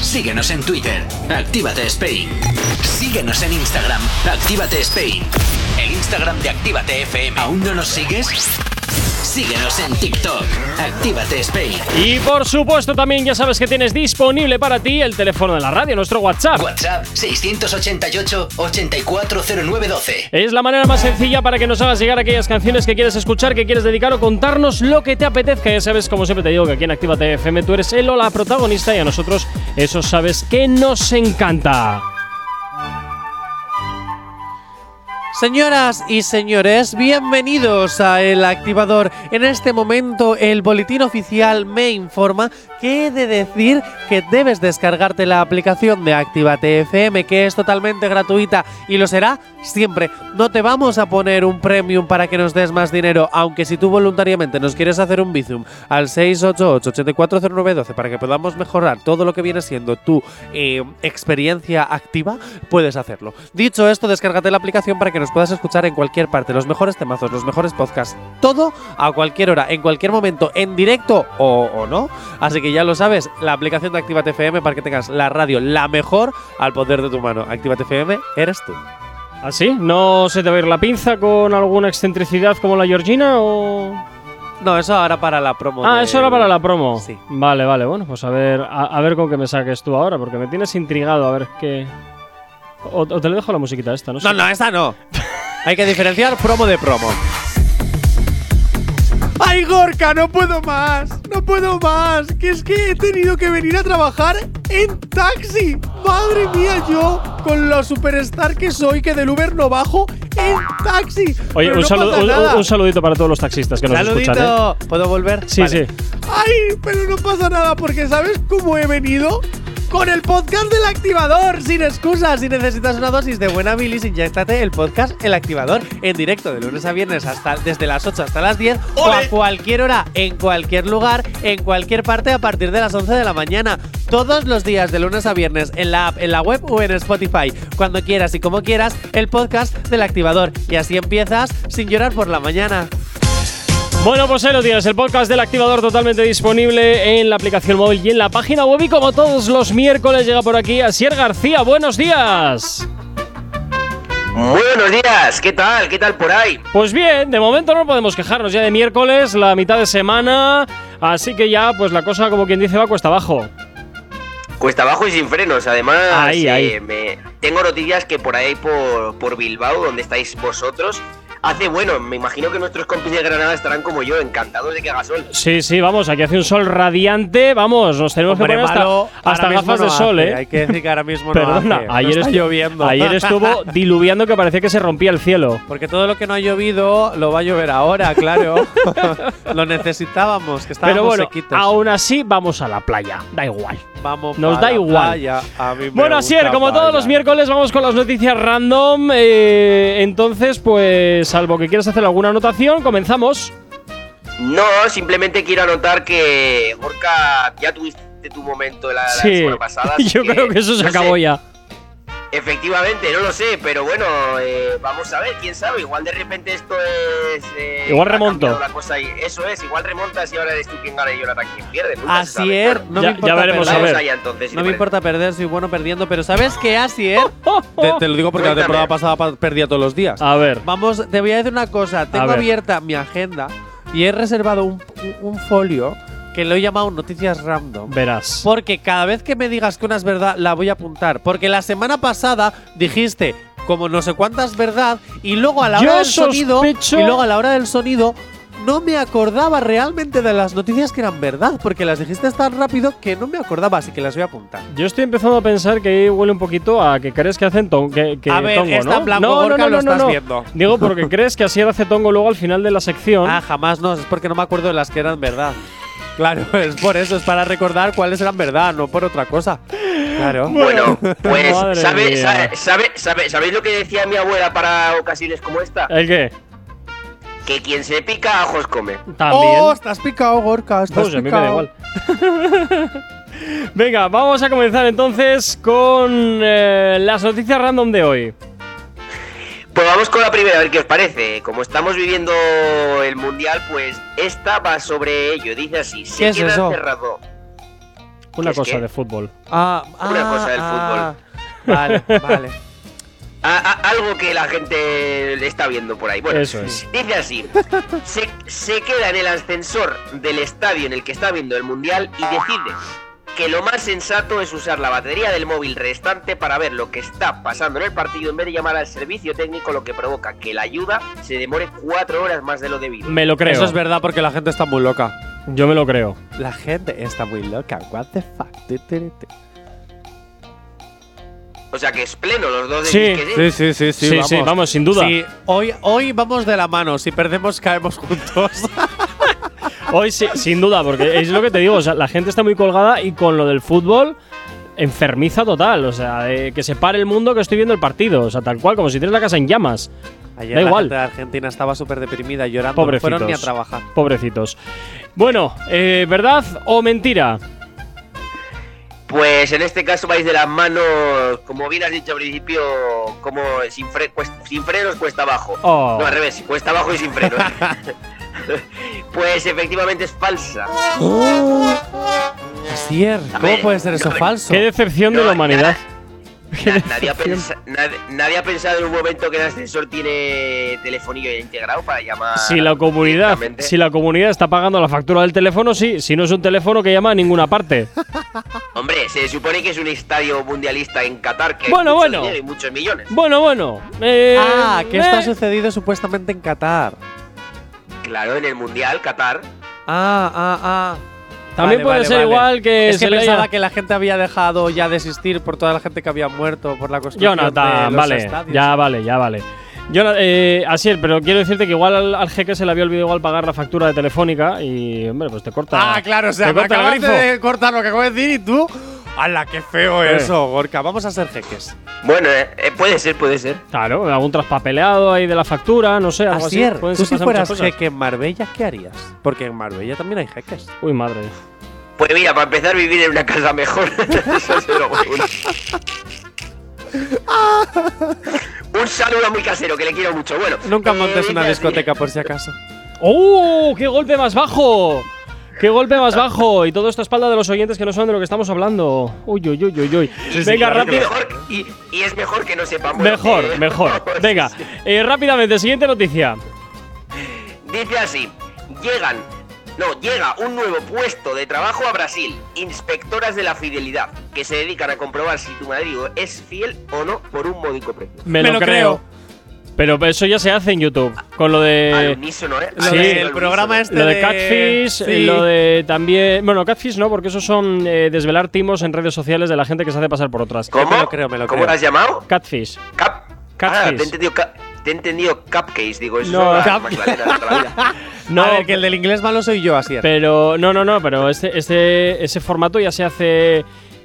Speaker 1: Síguenos en Twitter. Actívate Spain. Síguenos en Instagram. Actívate Spain. El Instagram de Actívate FM. ¿Aún no nos sigues? Síguenos en TikTok. Actívate Spain.
Speaker 2: Y, por supuesto, también ya sabes que tienes disponible para ti el teléfono de la radio, nuestro WhatsApp.
Speaker 1: WhatsApp 688 840912.
Speaker 2: Es la manera más sencilla para que nos hagas llegar aquellas canciones que quieres escuchar, que quieres dedicar o contarnos lo que te apetezca. Ya sabes, como siempre te digo, que aquí en Actívate FM tú eres el o la protagonista y a nosotros eso sabes que nos encanta.
Speaker 3: Señoras y señores, bienvenidos a El Activador. En este momento el boletín oficial me informa que he de decir que debes descargarte la aplicación de Actívate FM, que es totalmente gratuita y lo será siempre. No te vamos a poner un premium para que nos des más dinero, aunque si tú voluntariamente nos quieres hacer un bizum al 688-840912 para que podamos mejorar todo lo que viene siendo tu eh, experiencia activa, puedes hacerlo. Dicho esto, descárgate la aplicación para que nos puedas escuchar en cualquier parte, los mejores temazos, los mejores podcasts, todo a cualquier hora, en cualquier momento, en directo o, o no. Así que ya lo sabes, la aplicación de Actívate FM para que tengas la radio la mejor al poder de tu mano. Actívate FM, eres tú.
Speaker 2: ¿Así? ¿Ah, ¿No se te va a ir la pinza con alguna excentricidad como la Georgina o.?
Speaker 3: No, eso ahora para la promo.
Speaker 2: Ah,
Speaker 3: de-
Speaker 2: eso era para la promo.
Speaker 3: Sí.
Speaker 2: Vale, vale, bueno, pues a ver, a, a ver con qué me saques tú ahora, porque me tienes intrigado, a ver qué. O, o te le dejo la musiquita esta, no sé.
Speaker 3: No, no, esta no. Hay que diferenciar promo de promo. ¡Ay, Gorka! ¡No puedo más! ¡No puedo más! Que es que he tenido que venir a trabajar en taxi. ¡Madre mía, yo! Con lo superstar que soy, que del Uber no bajo en taxi.
Speaker 2: Oye,
Speaker 3: Pero
Speaker 2: un,
Speaker 3: no
Speaker 2: saludo-
Speaker 3: pasa
Speaker 2: un- un-
Speaker 3: nada.
Speaker 2: un saludito para todos los taxistas que nos escuchan. ¿eh?
Speaker 3: Saludito. ¿Puedo volver?
Speaker 2: Sí,
Speaker 3: Vale.
Speaker 2: sí.
Speaker 3: ¡Ay! Pero no pasa nada porque ¿sabes cómo he venido? Con el podcast del activador, sin excusas. Si necesitas una dosis de buena bilis, inyectate el podcast El Activador en directo de lunes a viernes hasta desde las 8 hasta las 10 o a cualquier hora, en cualquier lugar, en cualquier parte a partir de las 11 de la mañana. Todos los días de lunes a viernes en la app, en la web o en Spotify. Cuando quieras y como quieras, el podcast del activador. Y así empiezas sin llorar por la mañana.
Speaker 2: Bueno, pues ahí lo tienes, el podcast del activador totalmente disponible en la aplicación móvil y en la página web. Y como todos los miércoles llega por aquí Asier García. Buenos días.
Speaker 7: Buenos días, ¿qué tal? ¿Qué tal por ahí?
Speaker 2: Pues bien, de momento no podemos quejarnos ya de miércoles, la mitad de semana. Así que ya, pues la cosa, como quien dice, va cuesta abajo.
Speaker 7: Cuesta abajo y sin frenos, además
Speaker 2: Ahí,
Speaker 7: eh,
Speaker 2: ahí.
Speaker 7: me- tengo noticias que por ahí, por, por Bilbao, donde estáis vosotros, hace bueno, me imagino que nuestros compis de Granada estarán como yo, encantados de que haga sol.
Speaker 2: Sí, sí, vamos, aquí hace un sol radiante, vamos, nos tenemos
Speaker 3: Hombre,
Speaker 2: que poner
Speaker 3: malo,
Speaker 2: hasta, hasta
Speaker 3: ahora mismo
Speaker 2: gafas
Speaker 3: no
Speaker 2: de sol,
Speaker 3: hace.
Speaker 2: ¿eh?
Speaker 3: Hay que decir que ahora mismo no
Speaker 2: Perdona,
Speaker 3: hace. No
Speaker 2: ayer,
Speaker 3: está
Speaker 2: estu-
Speaker 3: lloviendo.
Speaker 2: ayer estuvo diluviando que parecía que se rompía el cielo.
Speaker 3: Porque todo lo que no ha llovido lo va a llover ahora, claro. lo necesitábamos, que estábamos
Speaker 2: Pero bueno,
Speaker 3: sequitos.
Speaker 2: aún así vamos a la playa, da igual.
Speaker 3: Vamos
Speaker 2: nos
Speaker 3: pa'
Speaker 2: da
Speaker 3: la
Speaker 2: igual.
Speaker 3: playa, a mí me
Speaker 2: Bueno,
Speaker 3: gusta
Speaker 2: Asier, como todos
Speaker 3: playa.
Speaker 2: los miércoles vamos con las noticias random. eh, entonces, pues, salvo que quieras hacer alguna anotación, comenzamos.
Speaker 7: No, simplemente quiero anotar que, Gorka, ya tuviste tu momento la, la
Speaker 2: sí,
Speaker 7: semana pasada. así
Speaker 2: yo creo que eso se
Speaker 7: no sé,
Speaker 2: acabó ya.
Speaker 7: Efectivamente, no lo sé, pero bueno, eh, vamos a ver, quién sabe, igual de repente esto es... eh,
Speaker 2: Igual
Speaker 7: ha
Speaker 2: remonto.
Speaker 7: cambiado la cosa y- eso es, igual remontas y ahora eres tú quien gana y Jonathan quien pierde. nunca se sabe,
Speaker 3: Asier,
Speaker 7: claro.
Speaker 3: no
Speaker 2: Ya- ya
Speaker 3: me importa
Speaker 2: veremos,
Speaker 3: perder.
Speaker 2: a
Speaker 7: Vamos
Speaker 2: ver.
Speaker 7: allá entonces. si
Speaker 3: No
Speaker 7: te
Speaker 3: me
Speaker 7: parece.
Speaker 3: importa perder, soy bueno perdiendo, pero ¿sabes qué, Asier? te, te lo digo porque la
Speaker 7: Cuéntame.
Speaker 3: temporada pasada pa- perdía todos los días.
Speaker 2: A ver.
Speaker 3: Vamos, te voy a decir una cosa. Tengo
Speaker 2: ver.
Speaker 3: abierta mi agenda y he reservado un, un folio que lo he llamado Noticias Random.
Speaker 2: Verás.
Speaker 3: Porque cada vez que me digas que una es verdad, la voy a apuntar. Porque la semana pasada dijiste como no sé cuántas verdad y luego a la
Speaker 2: Yo
Speaker 3: hora del sonido
Speaker 2: sospecho-
Speaker 3: y luego a la hora del sonido no me acordaba realmente de las noticias que eran verdad porque las dijiste tan rápido que no me acordaba así que las voy a apuntar.
Speaker 2: Yo estoy empezando a pensar que ahí huele un poquito a que crees que hacen ton- que, que
Speaker 3: A ver,
Speaker 2: tongo,
Speaker 3: está
Speaker 2: ¿no?
Speaker 3: en blanco,
Speaker 2: no, no,
Speaker 3: Gorka,
Speaker 2: no,
Speaker 3: lo
Speaker 2: no,
Speaker 3: estás
Speaker 2: no.
Speaker 3: viendo.
Speaker 2: Digo porque crees que así hace tongo luego al final de la sección.
Speaker 3: Ah, jamás no, es porque no me acuerdo de las que eran verdad. Claro, es por eso, es para recordar cuáles eran verdad, no por otra cosa. Claro.
Speaker 7: Bueno,
Speaker 2: Madre
Speaker 7: pues, ¿sabe,
Speaker 2: mía.
Speaker 7: sabe, sabe- sabe- ¿sabéis lo que decía mi abuela para ocasiones como esta?
Speaker 2: ¿El qué?
Speaker 7: Que quien se pica, ajos come.
Speaker 2: También.
Speaker 3: Oh, estás picado, Gorka, estás
Speaker 2: Pues a mí me da
Speaker 3: picado.
Speaker 2: igual. Venga, vamos a comenzar entonces con eh, las noticias random de hoy.
Speaker 7: Pues vamos con la primera, a ver qué os parece. Como estamos viviendo el mundial, pues esta va sobre ello. Dice así: se
Speaker 3: ¿Qué es
Speaker 7: queda
Speaker 3: eso?
Speaker 7: encerrado.
Speaker 2: Una
Speaker 7: ¿Es
Speaker 2: cosa
Speaker 7: qué?
Speaker 2: de fútbol.
Speaker 3: Ah,
Speaker 7: Una cosa del
Speaker 3: fútbol. Vale, vale.
Speaker 7: A- a- algo que la gente le está viendo por ahí. Bueno,
Speaker 2: Eso es.
Speaker 7: Dice así: se, se queda en el ascensor del estadio en el que está viendo el mundial y decide que lo más sensato es usar la batería del móvil restante para ver lo que está pasando en el partido en vez de llamar al servicio técnico, lo que provoca que la ayuda se demore cuatro horas más de lo debido.
Speaker 2: Me lo creo.
Speaker 3: Eso es verdad porque la gente está muy loca.
Speaker 2: Yo me lo creo.
Speaker 3: La gente está muy loca. What the fuck. Tu, tu, tu.
Speaker 7: O sea que es pleno, los dos ¿eh?
Speaker 2: Sí.
Speaker 7: decís que
Speaker 3: Sí,
Speaker 7: sí.
Speaker 3: sí, sí, sí.
Speaker 2: Sí,
Speaker 3: vamos.
Speaker 2: sí, vamos, sin duda.
Speaker 3: Sí, hoy, hoy vamos de la mano. Si perdemos, caemos juntos.
Speaker 2: Hoy sí, sin duda, porque es lo que te digo, o sea, la gente está muy colgada y con lo del fútbol enfermiza total, o sea, de que se pare el mundo que estoy viendo el partido, o sea, tal cual, como si tienes la casa en llamas.
Speaker 3: Ayer
Speaker 2: Da
Speaker 3: la
Speaker 2: igual.
Speaker 3: gente de Argentina estaba súper deprimida, llorando.
Speaker 2: Pobrecitos.
Speaker 3: No fueron ni a trabajar.
Speaker 2: Pobrecitos. Bueno, eh, ¿verdad o mentira?
Speaker 7: Pues en este caso vais de las manos, como bien has dicho al principio, como sin, fre- cuest- sin frenos cuesta abajo.
Speaker 2: Oh.
Speaker 7: No, al revés, cuesta abajo y sin frenos. pues efectivamente es falsa.
Speaker 3: Asier, ¿cómo
Speaker 7: ver,
Speaker 3: puede ser eso
Speaker 7: no,
Speaker 3: falso?
Speaker 2: Qué decepción de
Speaker 7: No,
Speaker 2: la humanidad.
Speaker 7: Na- nadie, ha pensa- nad- nadie ha pensado en un momento que el ascensor tiene telefonillo integrado para llamar.
Speaker 2: Si la comunidad,
Speaker 7: directamente.
Speaker 2: si la comunidad está pagando la factura del teléfono, sí, si no es un teléfono que llama a ninguna parte.
Speaker 7: Hombre, se supone que es un estadio mundialista en Qatar que
Speaker 2: Bueno,
Speaker 7: hay mucho
Speaker 2: bueno.
Speaker 7: dinero y muchos millones.
Speaker 2: Bueno, bueno. eh,
Speaker 3: Ah, que esto
Speaker 2: eh,
Speaker 3: ha sucedido supuestamente en Qatar.
Speaker 7: Claro, en el mundial Qatar.
Speaker 3: Ah, ah, ah.
Speaker 2: También
Speaker 3: Vale,
Speaker 2: puede
Speaker 3: vale,
Speaker 2: ser
Speaker 3: vale.
Speaker 2: igual que
Speaker 3: Es que
Speaker 2: se le haya-
Speaker 3: pensaba que la gente había dejado ya de existir por toda la gente que había muerto por la construcción de
Speaker 2: Jonathan,
Speaker 3: los
Speaker 2: vale,
Speaker 3: estadios.
Speaker 2: ya vale, ya vale. Jonathan, eh, Asier, pero quiero decirte que igual al, al jeque se le había olvidado igual pagar la factura de Telefónica y, hombre, pues te corta.
Speaker 3: Ah, claro, o sea,
Speaker 2: te
Speaker 3: me
Speaker 2: corta el
Speaker 3: acabaste
Speaker 2: grifo.
Speaker 3: de cortar lo que acabo de decir y tú. ¡Hala, qué feo
Speaker 2: Eh.
Speaker 3: eso, Gorka! Vamos a ser jeques.
Speaker 7: Bueno, eh, eh, puede ser, puede ser.
Speaker 2: Claro, algún traspapeleado ahí de la factura, no sé, algo
Speaker 3: Asier,
Speaker 2: así. Pueden
Speaker 3: tú
Speaker 2: ser-
Speaker 3: si
Speaker 2: pasan
Speaker 3: fueras
Speaker 2: muchas cosas.
Speaker 3: jeque en Marbella, ¿qué harías? Porque en Marbella también hay jeques.
Speaker 2: Uy, madre.
Speaker 7: Pues mira, para empezar vivir en una casa mejor. Eso se lo juro. Un saludo muy casero, que le quiero mucho. Bueno.
Speaker 3: Nunca
Speaker 7: eh,
Speaker 3: montes una
Speaker 7: dice así.
Speaker 3: discoteca, por si acaso.
Speaker 2: ¡Oh! ¡Qué golpe más bajo! ¡Qué golpe más bajo! Y todo esto a espalda de los oyentes que no saben de lo que estamos hablando. Uy, uy, uy, uy, uy. Venga, rápido.
Speaker 7: Mejor- y, y es mejor que no sepamos. ¿eh?
Speaker 2: Mejor, mejor. Venga, eh, rápidamente, siguiente noticia.
Speaker 7: Dice así: llegan. No, llega un nuevo puesto de trabajo a Brasil. Inspectoras de la fidelidad, que se dedican a comprobar si tu marido es fiel o no por un módico precio.
Speaker 2: Me,
Speaker 3: Me
Speaker 2: lo
Speaker 3: lo
Speaker 2: creo. Pero eso ya se hace en YouTube. Con lo
Speaker 7: al
Speaker 2: de.
Speaker 7: unísono, ¿eh?
Speaker 2: Sí,
Speaker 3: Lo del
Speaker 7: Al
Speaker 3: programa
Speaker 7: unísono.
Speaker 3: este
Speaker 2: Lo de
Speaker 3: de-
Speaker 2: Catfish,
Speaker 3: Sí.
Speaker 2: lo de también. Bueno, Catfish no, porque esos son eh, desvelar timos en redes sociales de la gente que se hace pasar por otras.
Speaker 7: ¿Cómo?
Speaker 3: me lo creo, me lo
Speaker 7: ¿Cómo
Speaker 3: creo.
Speaker 7: lo has llamado?
Speaker 2: Catfish.
Speaker 7: Cap.
Speaker 2: Catfish.
Speaker 7: Ah, te he entendido, ca- te he entendido cupcakes, digo. Eso
Speaker 2: No,
Speaker 7: no,
Speaker 2: cap- No,
Speaker 3: a ver, que el del inglés malo soy yo, Asier.
Speaker 2: pero. No, no, no, pero este, este, ese formato ya se hace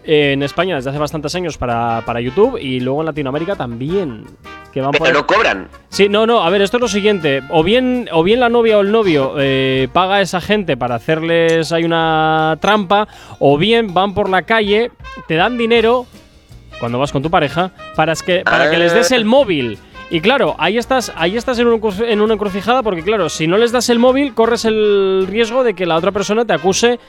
Speaker 2: eh, en España desde hace bastantes años para, para YouTube y luego en Latinoamérica también. Que van por
Speaker 7: Pero
Speaker 2: ahí.
Speaker 7: no cobran.
Speaker 2: Sí, no, no, a ver, esto es lo siguiente. O bien, o bien la novia o el novio eh, paga a esa gente para hacerles hay una trampa, o bien van por la calle, te dan dinero, cuando vas con tu pareja, para es que, para que les des el móvil. Y claro, ahí estás, ahí estás en, un encru- en una encrucijada porque claro, si no les das el móvil, corres el riesgo de que la otra persona te acuse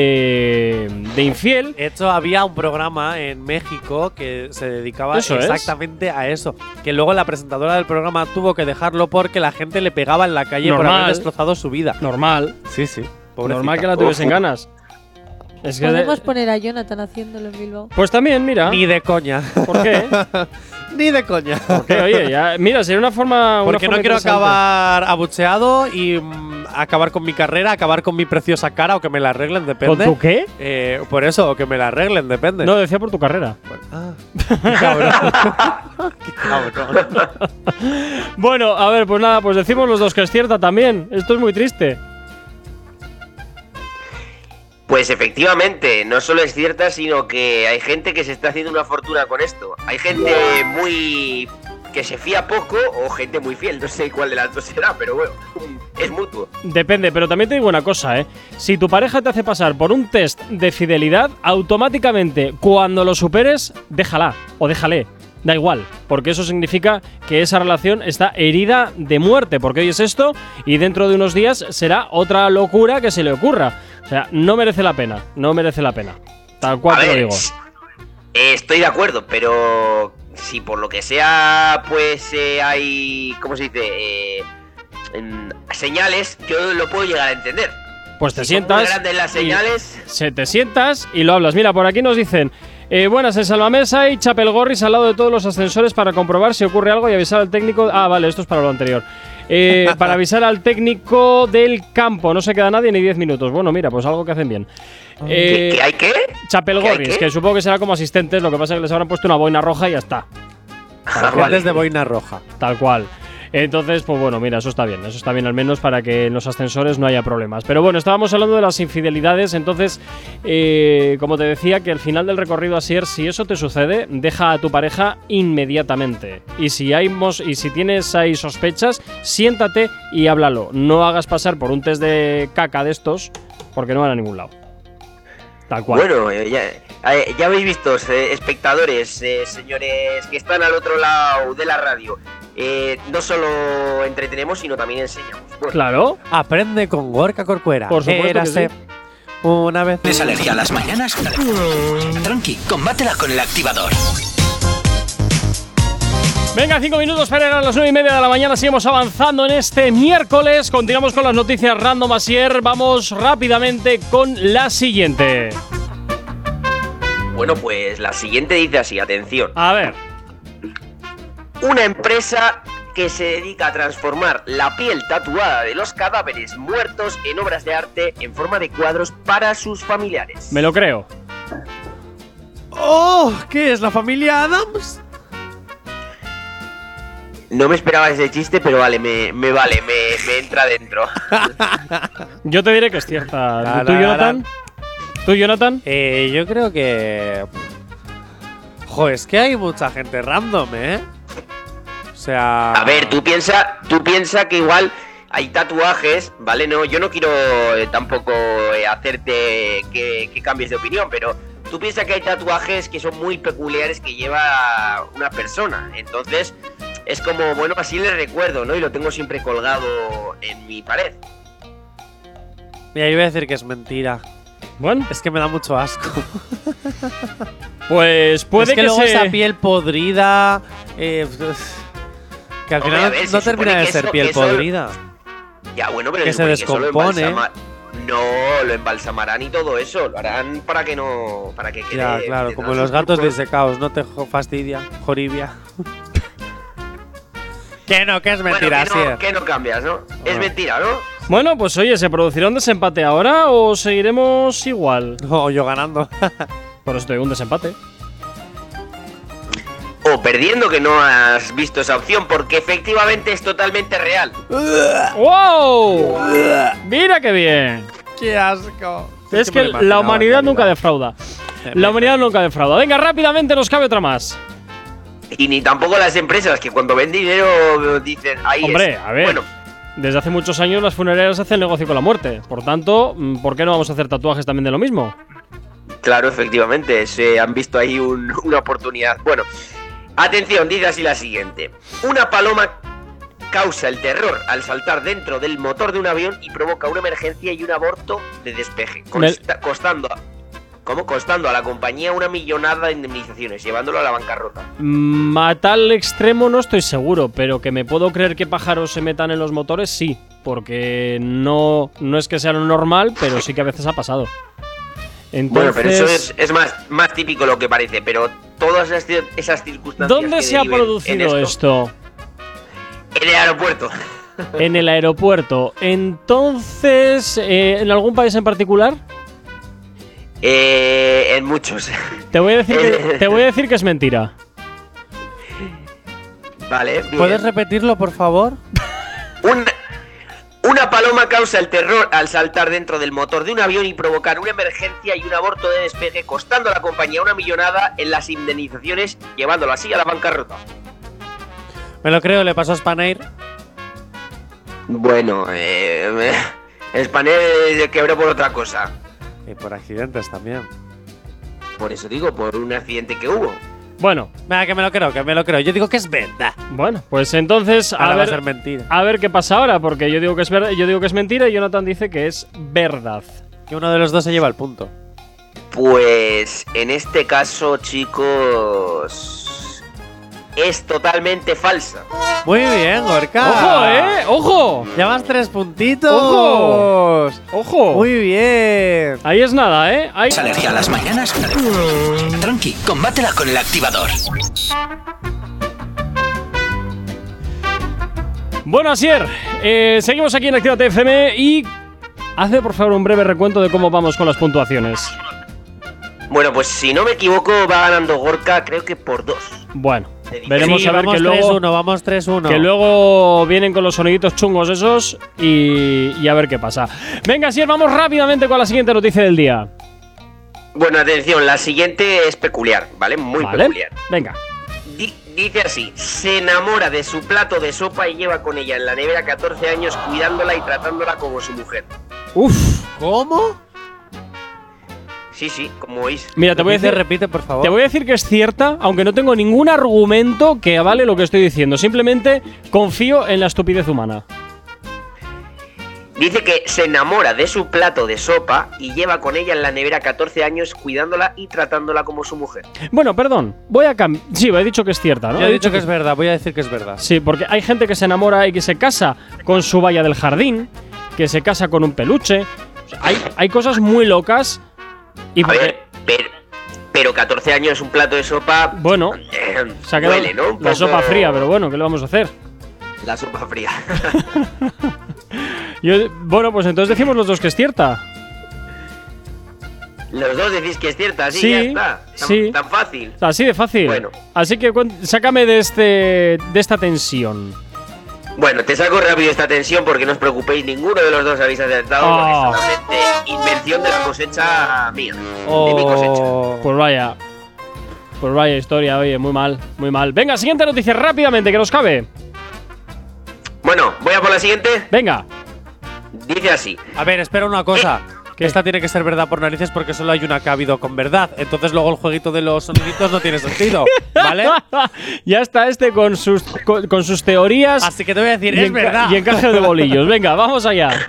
Speaker 2: de, de infiel.
Speaker 3: De hecho, había un programa en México que se dedicaba
Speaker 2: Eso es.
Speaker 3: exactamente a eso. Que luego la presentadora del programa tuvo que dejarlo porque la gente le pegaba en la calle por
Speaker 2: Normal.
Speaker 3: haber destrozado su vida.
Speaker 2: Normal.
Speaker 3: Sí, sí.
Speaker 2: Normal que la tuviesen ganas. Es que de-
Speaker 8: Podemos poner a Jonathan haciéndolo en Bilbao.
Speaker 2: pues también, mira.
Speaker 3: Ni de coña.
Speaker 2: ¿Por qué?
Speaker 3: Ni de coña.
Speaker 2: Porque, oye, ya- mira, sería una forma. una
Speaker 3: Porque
Speaker 2: forma
Speaker 3: no quiero
Speaker 2: interesante.
Speaker 3: acabar abucheado y mm, acabar con mi carrera, acabar con mi preciosa cara o que me la arreglen,
Speaker 2: ¿Con
Speaker 3: depende.
Speaker 2: tu qué?
Speaker 3: Eh, por eso, o que me la arreglen, depende.
Speaker 2: No, decía por tu carrera.
Speaker 3: Ah. Qué cabrón. Qué cabrón.
Speaker 2: Bueno, a ver, pues nada, pues decimos los dos que es cierta también. Esto es muy triste.
Speaker 7: Pues efectivamente, no solo es cierta, sino que hay gente que se está haciendo una fortuna con esto. Hay gente muy. que se fía poco o gente muy fiel. No sé cuál de las dos será, pero bueno, es mutuo.
Speaker 2: Depende, pero también te digo una cosa, ¿eh? Si tu pareja te hace pasar por un test de fidelidad, automáticamente, cuando lo superes, déjala o déjale. Da igual, porque eso significa que esa relación está herida de muerte, porque hoy es esto y dentro de unos días será otra locura que se le ocurra. O sea, no merece la pena, no merece la pena. Tal cual
Speaker 7: A
Speaker 2: te lo
Speaker 7: ver,
Speaker 2: digo.
Speaker 7: eh, estoy de acuerdo, pero si por lo que sea, pues eh, hay, ¿cómo se dice? Eh, en- señales, yo lo puedo llegar a entender.
Speaker 2: Pues te
Speaker 7: Si son muy
Speaker 2: sientas.
Speaker 7: grandes las
Speaker 2: y-
Speaker 7: señales.
Speaker 2: se te sientas y lo hablas. Mira, por aquí nos dicen. Eh, buenas, en Salvamesa y Chapelgorris al lado de todos los ascensores para comprobar si ocurre algo y avisar al técnico. Ah, vale, esto es para lo anterior. Eh, para avisar al técnico del campo. No se queda nadie ni 10 minutos. Bueno, mira, pues algo que hacen bien.
Speaker 7: ¿Qué,
Speaker 2: Eh,
Speaker 7: qué hay qué? ¿Qué hay
Speaker 2: Chapelgorris,
Speaker 7: qué?
Speaker 2: que supongo que será como asistentes, lo que pasa es que les habrán puesto una boina roja y ya está.
Speaker 7: Ah,
Speaker 3: Gente
Speaker 7: vale.
Speaker 3: es de boina roja.
Speaker 2: Tal cual. Entonces, pues bueno, mira, eso está bien. Eso está bien al menos para que en los ascensores no haya problemas. Pero bueno, estábamos hablando de las infidelidades. Entonces, eh, como te decía, que al final del recorrido Asier, si eso te sucede, deja a tu pareja inmediatamente. Y si, hay mos- y si tienes ahí sospechas, siéntate y háblalo. No hagas pasar por un test de caca de estos, porque no van a ningún lado. Tal cual.
Speaker 7: Bueno, eh, ya, eh, ya habéis visto, eh, espectadores, eh, señores que están al otro lado de la radio. Eh, no solo entretenemos, sino también enseñamos. Bueno,
Speaker 2: Claro.
Speaker 3: Aprende con Gorka Corcuera.
Speaker 2: Por supuesto que
Speaker 3: Érase
Speaker 2: sí.
Speaker 3: Una vez.
Speaker 1: ¿Tienes alergia a las mañanas? Tranqui, combátela con el activador.
Speaker 2: Venga, cinco minutos para llegar a las nueve y media de la mañana. Seguimos avanzando en este miércoles. Continuamos con las noticias random asier. Vamos rápidamente con la siguiente.
Speaker 7: bueno, pues la siguiente dice así, atención.
Speaker 2: A ver,
Speaker 7: Una empresa que se dedica a transformar la piel tatuada de los cadáveres muertos en obras de arte en forma de cuadros para sus familiares.
Speaker 2: me lo creo.
Speaker 3: ¡Oh! ¿Qué es? ¿La familia Adams?
Speaker 7: No me esperaba ese chiste, pero vale, me, me vale, me, me entra dentro.
Speaker 2: Yo te diré que es cierta.
Speaker 3: La,
Speaker 2: ¿Tú,
Speaker 3: la, la,
Speaker 2: Jonathan? ¿Tú, Jonathan?
Speaker 3: Eh, yo creo que. Jo, es que hay mucha gente random, ¿eh? O sea.
Speaker 7: A ver, tú piensa, tú piensa que igual hay tatuajes, ¿vale? No, yo no quiero eh, tampoco eh, hacerte que, que cambies de opinión, pero tú piensa que hay tatuajes que son muy peculiares que lleva una persona. Entonces, es como, bueno, así le recuerdo, ¿no? Y lo tengo siempre colgado en mi pared.
Speaker 3: Mira, yo voy a decir que es mentira.
Speaker 2: Bueno,
Speaker 3: Es que me da mucho asco.
Speaker 2: pues puede
Speaker 3: es que, luego
Speaker 2: se-
Speaker 3: esa piel podrida. eh, que al
Speaker 7: Hombre,
Speaker 3: final
Speaker 7: a ver, se
Speaker 3: no
Speaker 7: supone
Speaker 3: termina de
Speaker 7: que
Speaker 3: ser
Speaker 7: eso-
Speaker 3: piel
Speaker 7: eso-
Speaker 3: podrida.
Speaker 7: Ya, bueno, pero
Speaker 3: Que se
Speaker 7: supone eso lo
Speaker 3: descompone. ¿eh?
Speaker 7: embalsama- No, lo embalsamarán y todo eso, lo harán para que no, para que quede.
Speaker 3: Ya, claro,
Speaker 7: tendrán
Speaker 3: como los
Speaker 7: sus
Speaker 3: gatos
Speaker 7: trucos.
Speaker 3: disecados, no te jo- fastidia, joribia. que no, que es
Speaker 7: Bueno,
Speaker 3: mentira, eh".
Speaker 7: que no,
Speaker 3: Asier.
Speaker 7: que no cambias, ¿no? Es mentira, ¿no?
Speaker 2: Bueno, pues oye, ¿se producirá un desempate ahora o seguiremos igual?
Speaker 3: No, Oh, yo ganando.
Speaker 2: Por eso te digo un desempate.
Speaker 7: O perdiendo que no has visto esa opción, porque efectivamente es totalmente real.
Speaker 3: Ah.
Speaker 2: ¡Wow! Mira qué bien.
Speaker 3: ¡Qué asco!
Speaker 2: Es que la humanidad nunca defrauda. La humanidad nunca defrauda. Venga, rápidamente nos cabe otra más.
Speaker 7: Y ni tampoco las empresas, que cuando ven dinero dicen, ahí
Speaker 2: Hombre,
Speaker 7: es".
Speaker 2: a ver.
Speaker 7: Bueno,
Speaker 2: Desde hace muchos años las funerarias hacen negocio con la muerte. Por tanto, mm, ¿por qué no vamos a hacer tatuajes también de lo mismo?
Speaker 7: claro, efectivamente, se han visto ahí un- una oportunidad. Bueno, atención, dice así la siguiente. Una paloma causa el terror al saltar dentro del motor de un avión y provoca una emergencia y un aborto de despeje,
Speaker 2: Mel-
Speaker 7: consta- costando a... ¿Cómo? Costando a la compañía una millonada de indemnizaciones, llevándolo a la bancarrota.
Speaker 2: Mm, a tal extremo no estoy seguro, pero que me puedo creer que pájaros se metan en los motores, sí. Porque no, no es que sea lo normal, pero sí que a veces ha pasado. Entonces,
Speaker 7: Bueno, pero eso es, es más, más típico lo que parece, pero todas esas, cir- esas circunstancias.
Speaker 2: ¿dónde
Speaker 7: que
Speaker 2: se ha
Speaker 7: deriven en
Speaker 2: producido esto?
Speaker 7: En el aeropuerto.
Speaker 2: En el aeropuerto. Entonces, eh, ¿en algún país en particular?
Speaker 7: Eh, en muchos.
Speaker 2: Te voy a decir que, te voy a decir que es mentira.
Speaker 7: vale. bien.
Speaker 3: ¿Puedes repetirlo, por favor?
Speaker 7: Una, una paloma causa el terror al saltar dentro del motor de un avión y provocar una emergencia y un aborto de despegue, costando a la compañía una millonada en las indemnizaciones, llevándolo así a la bancarrota.
Speaker 3: Me lo creo, le pasó a Spanair.
Speaker 7: Bueno, eh. El panel quebró por otra cosa.
Speaker 3: Y por accidentes también.
Speaker 7: Por eso digo, por un accidente que hubo.
Speaker 2: Bueno,
Speaker 3: Venga, que me lo creo, que me lo creo. Yo digo que es verdad.
Speaker 2: bueno, pues entonces, a
Speaker 3: Ahora va a
Speaker 2: ver,
Speaker 3: ser mentira.
Speaker 2: A ver qué pasa ahora, porque yo digo que es ver- yo digo que es mentira y Jonathan dice que es verdad.
Speaker 3: Que uno de los dos se lleva el punto.
Speaker 7: Pues en este caso, chicos, es totalmente falsa.
Speaker 3: Muy bien, Gorka.
Speaker 2: ¡Ojo, eh! ¡Ojo!
Speaker 3: Llevas tres puntitos.
Speaker 2: ¡Ojo! ¡Ojo!
Speaker 3: Muy bien.
Speaker 2: Ahí es nada, ¿eh? Ahí...
Speaker 1: ¿Alergia a las mañanas? Tranqui, combátela con el activador.
Speaker 2: Bueno, Asier, eh, seguimos aquí en Actívate FM y hazme por favor un breve recuento de cómo vamos con las puntuaciones.
Speaker 7: Bueno, pues si no me equivoco, va ganando Gorka, creo que por dos.
Speaker 2: Bueno,
Speaker 7: Sí,
Speaker 2: veremos
Speaker 3: Sí,
Speaker 2: a ver
Speaker 3: vamos
Speaker 2: que luego,
Speaker 3: 3-1, vamos 3-1.
Speaker 2: que luego vienen con los soniditos chungos esos y, y a ver qué pasa. Venga, Asier, vamos rápidamente con la siguiente noticia del día.
Speaker 7: Bueno, atención, la siguiente es peculiar, ¿vale? Muy
Speaker 2: ¿Vale?
Speaker 7: peculiar.
Speaker 2: Venga.
Speaker 7: Di- dice así, se enamora de su plato de sopa y lleva con ella en la nevera 14 años cuidándola y tratándola como su mujer.
Speaker 2: Uf.
Speaker 3: ¿Cómo?
Speaker 7: Sí, sí, como oís.
Speaker 2: Mira, te voy a
Speaker 3: Repite,
Speaker 2: decir.
Speaker 3: repite, por favor.
Speaker 2: Te voy a decir que es cierta, aunque no tengo ningún argumento que avale lo que estoy diciendo. Simplemente confío en la estupidez humana.
Speaker 7: Dice que se enamora de su plato de sopa y lleva con ella en la nevera 14 años cuidándola y tratándola como su mujer.
Speaker 2: Bueno, perdón, voy a cambiar. Sí, he dicho que es cierta, ¿no?
Speaker 3: Yo he dicho que es verdad, voy a decir que es verdad.
Speaker 2: Sí, porque hay gente que se enamora y que se casa con su valla del jardín, que se casa con un peluche. O sea, hay, hay cosas muy locas. Y
Speaker 7: A
Speaker 2: porque-
Speaker 7: ver, pero, pero 14 años un plato de sopa...
Speaker 2: bueno, se ha quedado
Speaker 7: duele, ¿no? Un
Speaker 2: la
Speaker 7: poco-
Speaker 2: sopa fría, pero bueno, ¿qué le vamos a hacer?
Speaker 7: La sopa fría.
Speaker 2: Yo- bueno, pues entonces decimos los dos que es cierta.
Speaker 7: Los dos decís que es cierta, así
Speaker 2: Sí,
Speaker 7: ya está. Tan,
Speaker 2: sí.
Speaker 7: tan fácil.
Speaker 2: Así de fácil.
Speaker 7: Bueno.
Speaker 2: Así que cuen- sácame de este de esta tensión.
Speaker 7: Bueno, te saco rápido esta tensión porque no os preocupéis, ninguno de los dos habéis acertado.
Speaker 2: Oh.
Speaker 7: porque Es totalmente invención de la cosecha mía. De mi cosecha.
Speaker 3: Oh.
Speaker 2: Pues vaya. Pues vaya historia, oye, muy mal, muy mal. Venga, siguiente noticia rápidamente que nos cabe.
Speaker 7: Bueno, voy a por la siguiente.
Speaker 2: Venga.
Speaker 7: Dice así.
Speaker 3: A ver, espera una cosa. Que esta tiene que ser verdad por narices porque solo hay una que ha habido con verdad. Entonces luego el jueguito de los soniditos no tiene sentido, ¿vale?
Speaker 2: ya está este con sus con, con sus teorías
Speaker 3: Así que te voy a decir,
Speaker 2: y,
Speaker 3: es
Speaker 2: enca-
Speaker 3: verdad.
Speaker 2: y encaje de bolillos. Venga, vamos allá.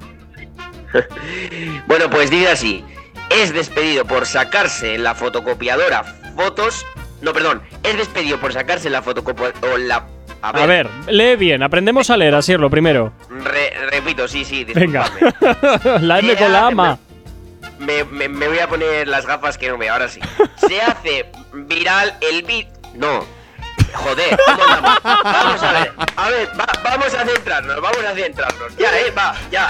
Speaker 7: Bueno, pues dice así. Es despedido por sacarse en la fotocopiadora fotos. No, perdón. Es despedido por sacarse en la fotocopiadora. La... A ver.
Speaker 2: A ver, lee bien, aprendemos a leer, así es lo primero.
Speaker 7: re- repito, sí, sí.
Speaker 2: Venga.
Speaker 7: disculpadme.
Speaker 2: la M con la ama.
Speaker 7: Me, me- me voy a poner las gafas que no veo, ahora sí. Se hace viral el beat. No. Joder, ¿cómo andamos? Vamos a ver, a ver, va- vamos a centrarnos, vamos a centrarnos. Ya, eh, va, ya.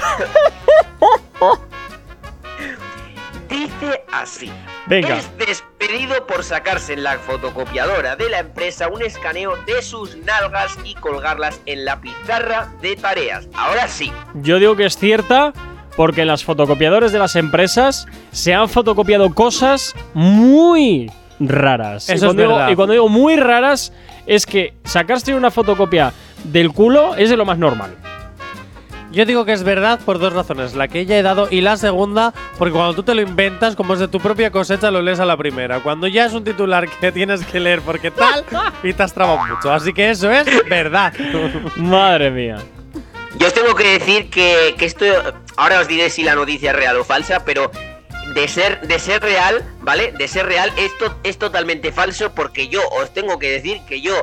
Speaker 7: Dice así.
Speaker 2: Venga.
Speaker 7: Es despedido por sacarse en la fotocopiadora de la empresa un escaneo de sus nalgas y colgarlas en la pizarra de tareas. Ahora sí.
Speaker 2: Yo digo que es cierta porque en las fotocopiadores de las empresas se han fotocopiado cosas muy raras.
Speaker 3: Eso
Speaker 2: y
Speaker 3: es
Speaker 2: cuando digo,
Speaker 3: verdad.
Speaker 2: y cuando digo muy raras es que sacarse una fotocopia del culo es de lo más normal.
Speaker 3: Yo digo que es verdad por dos razones. La que ya he dado y la segunda, porque cuando tú te lo inventas, como es de tu propia cosecha, lo lees a la primera. Cuando ya es un titular que tienes que leer porque tal, y te has trabado mucho. Así que eso es verdad.
Speaker 2: Madre mía.
Speaker 7: Yo os tengo que decir que, que esto. Ahora os diré si la noticia es real o falsa, pero de ser, de ser real, ¿vale? De ser real, esto es totalmente falso porque yo os tengo que decir que yo.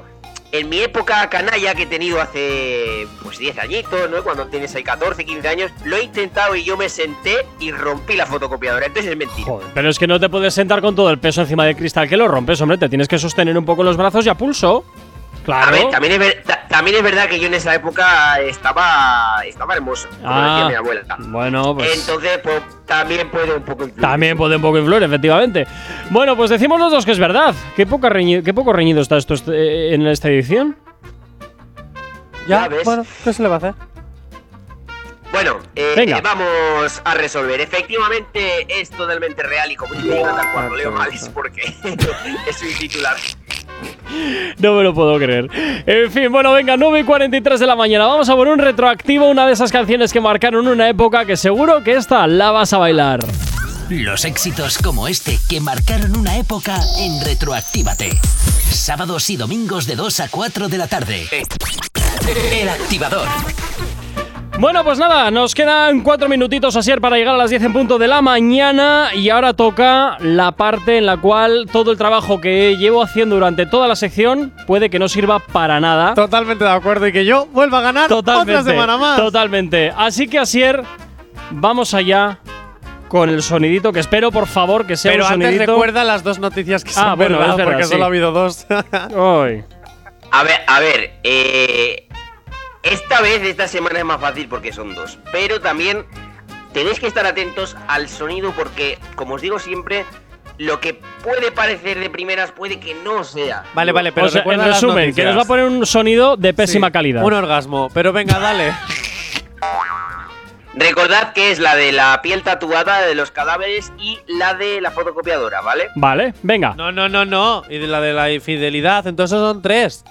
Speaker 7: En mi época canalla que he tenido hace pues 10 añitos, ¿no? Cuando tienes ahí 14, 15 años, lo he intentado y yo me senté y rompí la fotocopiadora. Entonces es mentira.
Speaker 2: Joder, pero es que no te puedes sentar con todo el peso encima del cristal que lo rompes, hombre. Te tienes que sostener un poco los brazos y a pulso. Claro.
Speaker 7: A ver, también es, ver- ta- también es verdad que yo en esa época estaba estaba hermoso, como
Speaker 2: Ah,
Speaker 7: decía mi abuela.
Speaker 2: bueno, pues.
Speaker 7: Entonces, pues también puede un poco influir.
Speaker 2: También puede un poco influir, efectivamente. Bueno, pues decimos los dos que es verdad. Qué, poca reñi- qué poco reñido está esto est- eh, en esta edición.
Speaker 3: Ya,
Speaker 7: Ya ves.
Speaker 3: bueno, ¿qué se le va a hacer?
Speaker 7: Bueno, eh,
Speaker 2: Venga.
Speaker 7: eh, vamos a resolver. Efectivamente es totalmente real y como dice Jonathan cuando leo mal es porque es un titular.
Speaker 2: No me lo puedo creer. En fin, bueno, venga, 9 y 43 de la mañana. Vamos a por un retroactivo, una de esas canciones que marcaron una época que seguro que esta la vas a bailar.
Speaker 1: Los éxitos como este que marcaron una época en Retroactívate. Sábados y domingos de 2 a 4 de la tarde. El activador.
Speaker 2: Bueno, pues nada, nos quedan cuatro minutitos así para llegar a las 10 en punto de la mañana y ahora toca la parte en la cual todo el trabajo que llevo haciendo durante toda la sección puede que no sirva para nada.
Speaker 3: Totalmente de acuerdo y que yo vuelva a ganar
Speaker 2: Totalmente.
Speaker 3: otra semana más.
Speaker 2: Totalmente. Así que Asier, vamos allá con el sonidito que espero, por favor, que sea
Speaker 3: Pero
Speaker 2: un
Speaker 3: antes
Speaker 2: sonidito.
Speaker 3: recuerda las dos noticias que se
Speaker 2: Ah,
Speaker 3: han
Speaker 2: bueno,
Speaker 3: verdad,
Speaker 2: es verdad,
Speaker 3: porque
Speaker 2: sí.
Speaker 3: solo ha habido dos.
Speaker 2: Ay.
Speaker 7: A ver, a ver, eh, esta vez, esta semana es más fácil porque son dos. Pero también tenéis que estar atentos al sonido porque, como os digo siempre, lo que puede parecer de primeras puede que no sea.
Speaker 3: vale, vale, pero
Speaker 2: O sea, en
Speaker 3: recuerda las
Speaker 2: resumen, que
Speaker 3: noticias.
Speaker 2: nos va a poner un sonido de pésima
Speaker 3: Sí,
Speaker 2: calidad.
Speaker 3: Un orgasmo, pero venga, dale.
Speaker 7: Recordad que es la de la piel tatuada de los cadáveres y la de la fotocopiadora, ¿vale?
Speaker 2: Vale, venga.
Speaker 3: No, no, no, no. Y de la de la infidelidad, entonces son tres.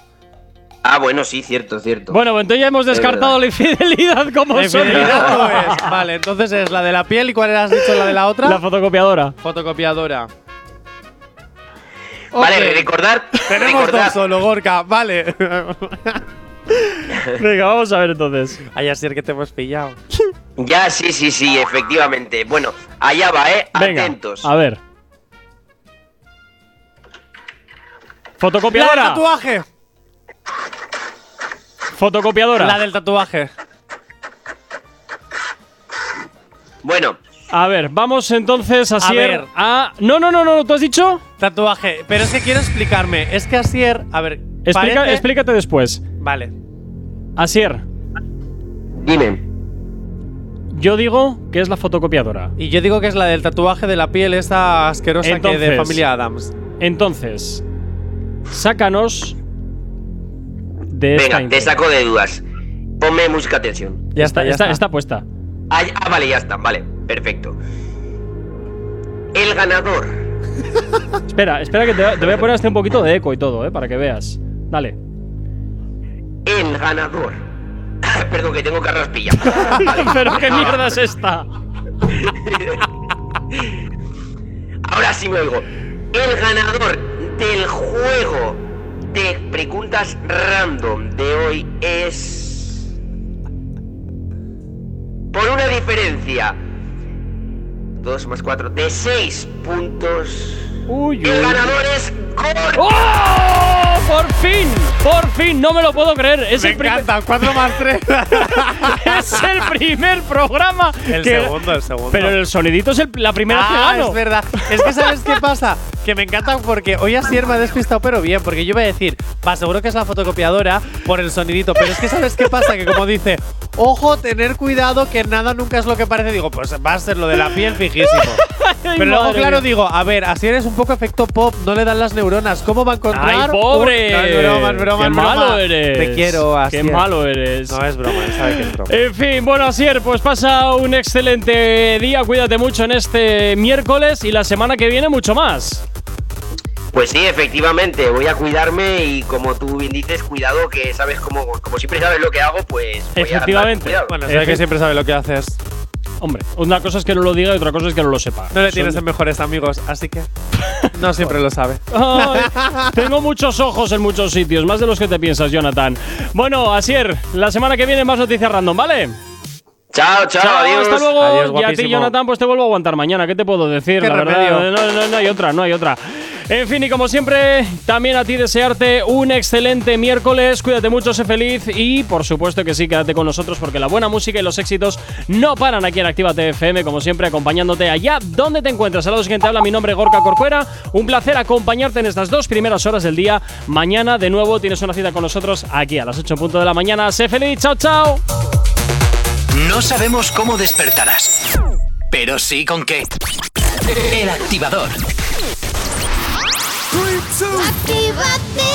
Speaker 7: Ah, bueno, sí, cierto, cierto.
Speaker 2: Bueno, pues entonces ya hemos descartado
Speaker 7: verdad.
Speaker 2: la infidelidad como
Speaker 3: La infidelidad
Speaker 2: sonido.
Speaker 3: no es. Vale, entonces es la de la piel y cuál has dicho la de la otra?
Speaker 2: La fotocopiadora.
Speaker 3: fotocopiadora.
Speaker 7: vale,
Speaker 3: Ok.
Speaker 7: recordad,
Speaker 3: Tenemos
Speaker 7: recordad-
Speaker 3: dos solo, Gorka, vale.
Speaker 2: Venga, vamos a ver entonces.
Speaker 3: Ay, así es que te hemos pillado.
Speaker 7: Ya, sí, sí, sí, efectivamente. Bueno, allá va, ¿eh?
Speaker 2: Venga,
Speaker 7: Atentos.
Speaker 2: a ver.
Speaker 3: ¡La del
Speaker 2: Fotocopiadora.
Speaker 3: tatuaje!
Speaker 2: Fotocopiadora.
Speaker 3: La del tatuaje.
Speaker 7: Bueno,
Speaker 2: A ver, vamos entonces Asier, a
Speaker 3: ver.
Speaker 2: No, no, no, no, ¿tú has dicho?
Speaker 3: Tatuaje. Pero es que quiero explicarme. Es que Asier. A ver.
Speaker 2: Explica-
Speaker 3: parece-
Speaker 2: Explícate después.
Speaker 3: Vale.
Speaker 2: Asier,
Speaker 7: dime.
Speaker 2: yo digo que es la fotocopiadora.
Speaker 3: Y yo digo que es la del tatuaje de la piel, esa asquerosa que
Speaker 2: Entonces-
Speaker 3: de familia Adams.
Speaker 2: Entonces, sácanos de esta.
Speaker 7: Venga, te
Speaker 2: intro.
Speaker 7: saco de dudas. Ponme música atención.
Speaker 3: Ya está, ya
Speaker 2: está,
Speaker 3: está.
Speaker 2: está puesta.
Speaker 7: Ah, ya- ah, vale, ya está, vale, perfecto. El ganador.
Speaker 2: Espera, espera que te, te voy a poner hasta un poquito de eco y todo, eh, para que veas. Dale.
Speaker 7: El ganador. Perdón, que tengo carraspilla.
Speaker 2: Pero qué mierda es esta.
Speaker 7: Ahora sí me oigo. El ganador del juego de preguntas random de hoy es. Por una diferencia. 2 más 4 de 6 puntos.
Speaker 2: Uy, uy.
Speaker 7: El ganador es Gorka.
Speaker 2: ¡Oh! Por fin, por fin, no me lo puedo creer. Es
Speaker 3: Me
Speaker 2: el primer-
Speaker 3: encanta, 4 más 3.
Speaker 2: es el primer programa.
Speaker 3: el
Speaker 2: que-
Speaker 3: segundo, el segundo.
Speaker 2: Pero el sonidito es el- la primera
Speaker 3: ah,
Speaker 2: que
Speaker 3: es
Speaker 2: gano.
Speaker 3: verdad. Es que ¿sabes qué pasa? Que me encanta porque hoy Asier me ha despistado, pero bien, porque yo iba a decir, va, seguro que es la fotocopiadora por el sonidito, pero es que ¿sabes qué pasa? Que como dice, ojo, tener cuidado que nada nunca es lo que parece, digo, pues va a ser lo de la piel fijísimo.
Speaker 2: Ay,
Speaker 3: Pero luego,
Speaker 2: madre
Speaker 3: claro,
Speaker 2: mía.
Speaker 3: digo, a ver, Asier es un poco efecto pop, no le dan las neuronas, ¿cómo va a encontrar?
Speaker 2: ¡Ay,
Speaker 3: un-
Speaker 2: pobre!
Speaker 3: No, es broma, es broma,
Speaker 2: ¡Qué
Speaker 3: es broma.
Speaker 2: malo eres!
Speaker 3: Te quiero, Asier.
Speaker 2: ¡Qué malo eres!
Speaker 3: No, es broma, él sabe que es broma.
Speaker 2: En fin, bueno, Asier, pues pasa un excelente día. Cuídate mucho en este miércoles y la semana que viene mucho más.
Speaker 7: Pues sí, efectivamente, voy a cuidarme y como tú bien dices, cuidado que sabes cómo, como siempre sabes lo que hago, pues... voy a andar
Speaker 2: Efectivamente.
Speaker 7: con cuidado.
Speaker 3: Bueno,
Speaker 2: En
Speaker 3: sabe
Speaker 2: fin.
Speaker 3: que siempre sabe lo que haces.
Speaker 2: Hombre, una cosa es que no lo diga y otra cosa es que no lo sepa.
Speaker 3: No le
Speaker 2: Son-
Speaker 3: tienes de mejores amigos, así que no siempre lo sabe.
Speaker 2: Ay, tengo muchos ojos en muchos sitios, más de los que te piensas, Jonathan. Bueno, Asier, la semana que viene más noticias random, ¿vale?
Speaker 7: Chao, chao, adiós.
Speaker 2: hasta luego. y
Speaker 3: Adiós,
Speaker 2: a ti,
Speaker 3: guapísimo.
Speaker 2: Jonathan, pues te vuelvo a aguantar mañana. ¿Qué te puedo decir?
Speaker 3: Qué
Speaker 2: la verdad,
Speaker 3: remedio.
Speaker 2: no, no- no hay otra, no hay otra. En fin, y como siempre, también a ti desearte un excelente miércoles. Cuídate mucho, sé feliz y, por supuesto que sí, quédate con nosotros porque la buena música y los éxitos no paran aquí en Actívate FM, como siempre, acompañándote allá donde te encuentras. Al lado siguiente habla mi nombre, Gorka Corcuera. Un placer acompañarte en estas dos primeras horas del día. Mañana, de nuevo, tienes una cita con nosotros aquí a las 8 en punto de la mañana. Sé feliz, chao, chao.
Speaker 1: No sabemos cómo despertarás, pero sí con qué. El activador.
Speaker 9: Actívate.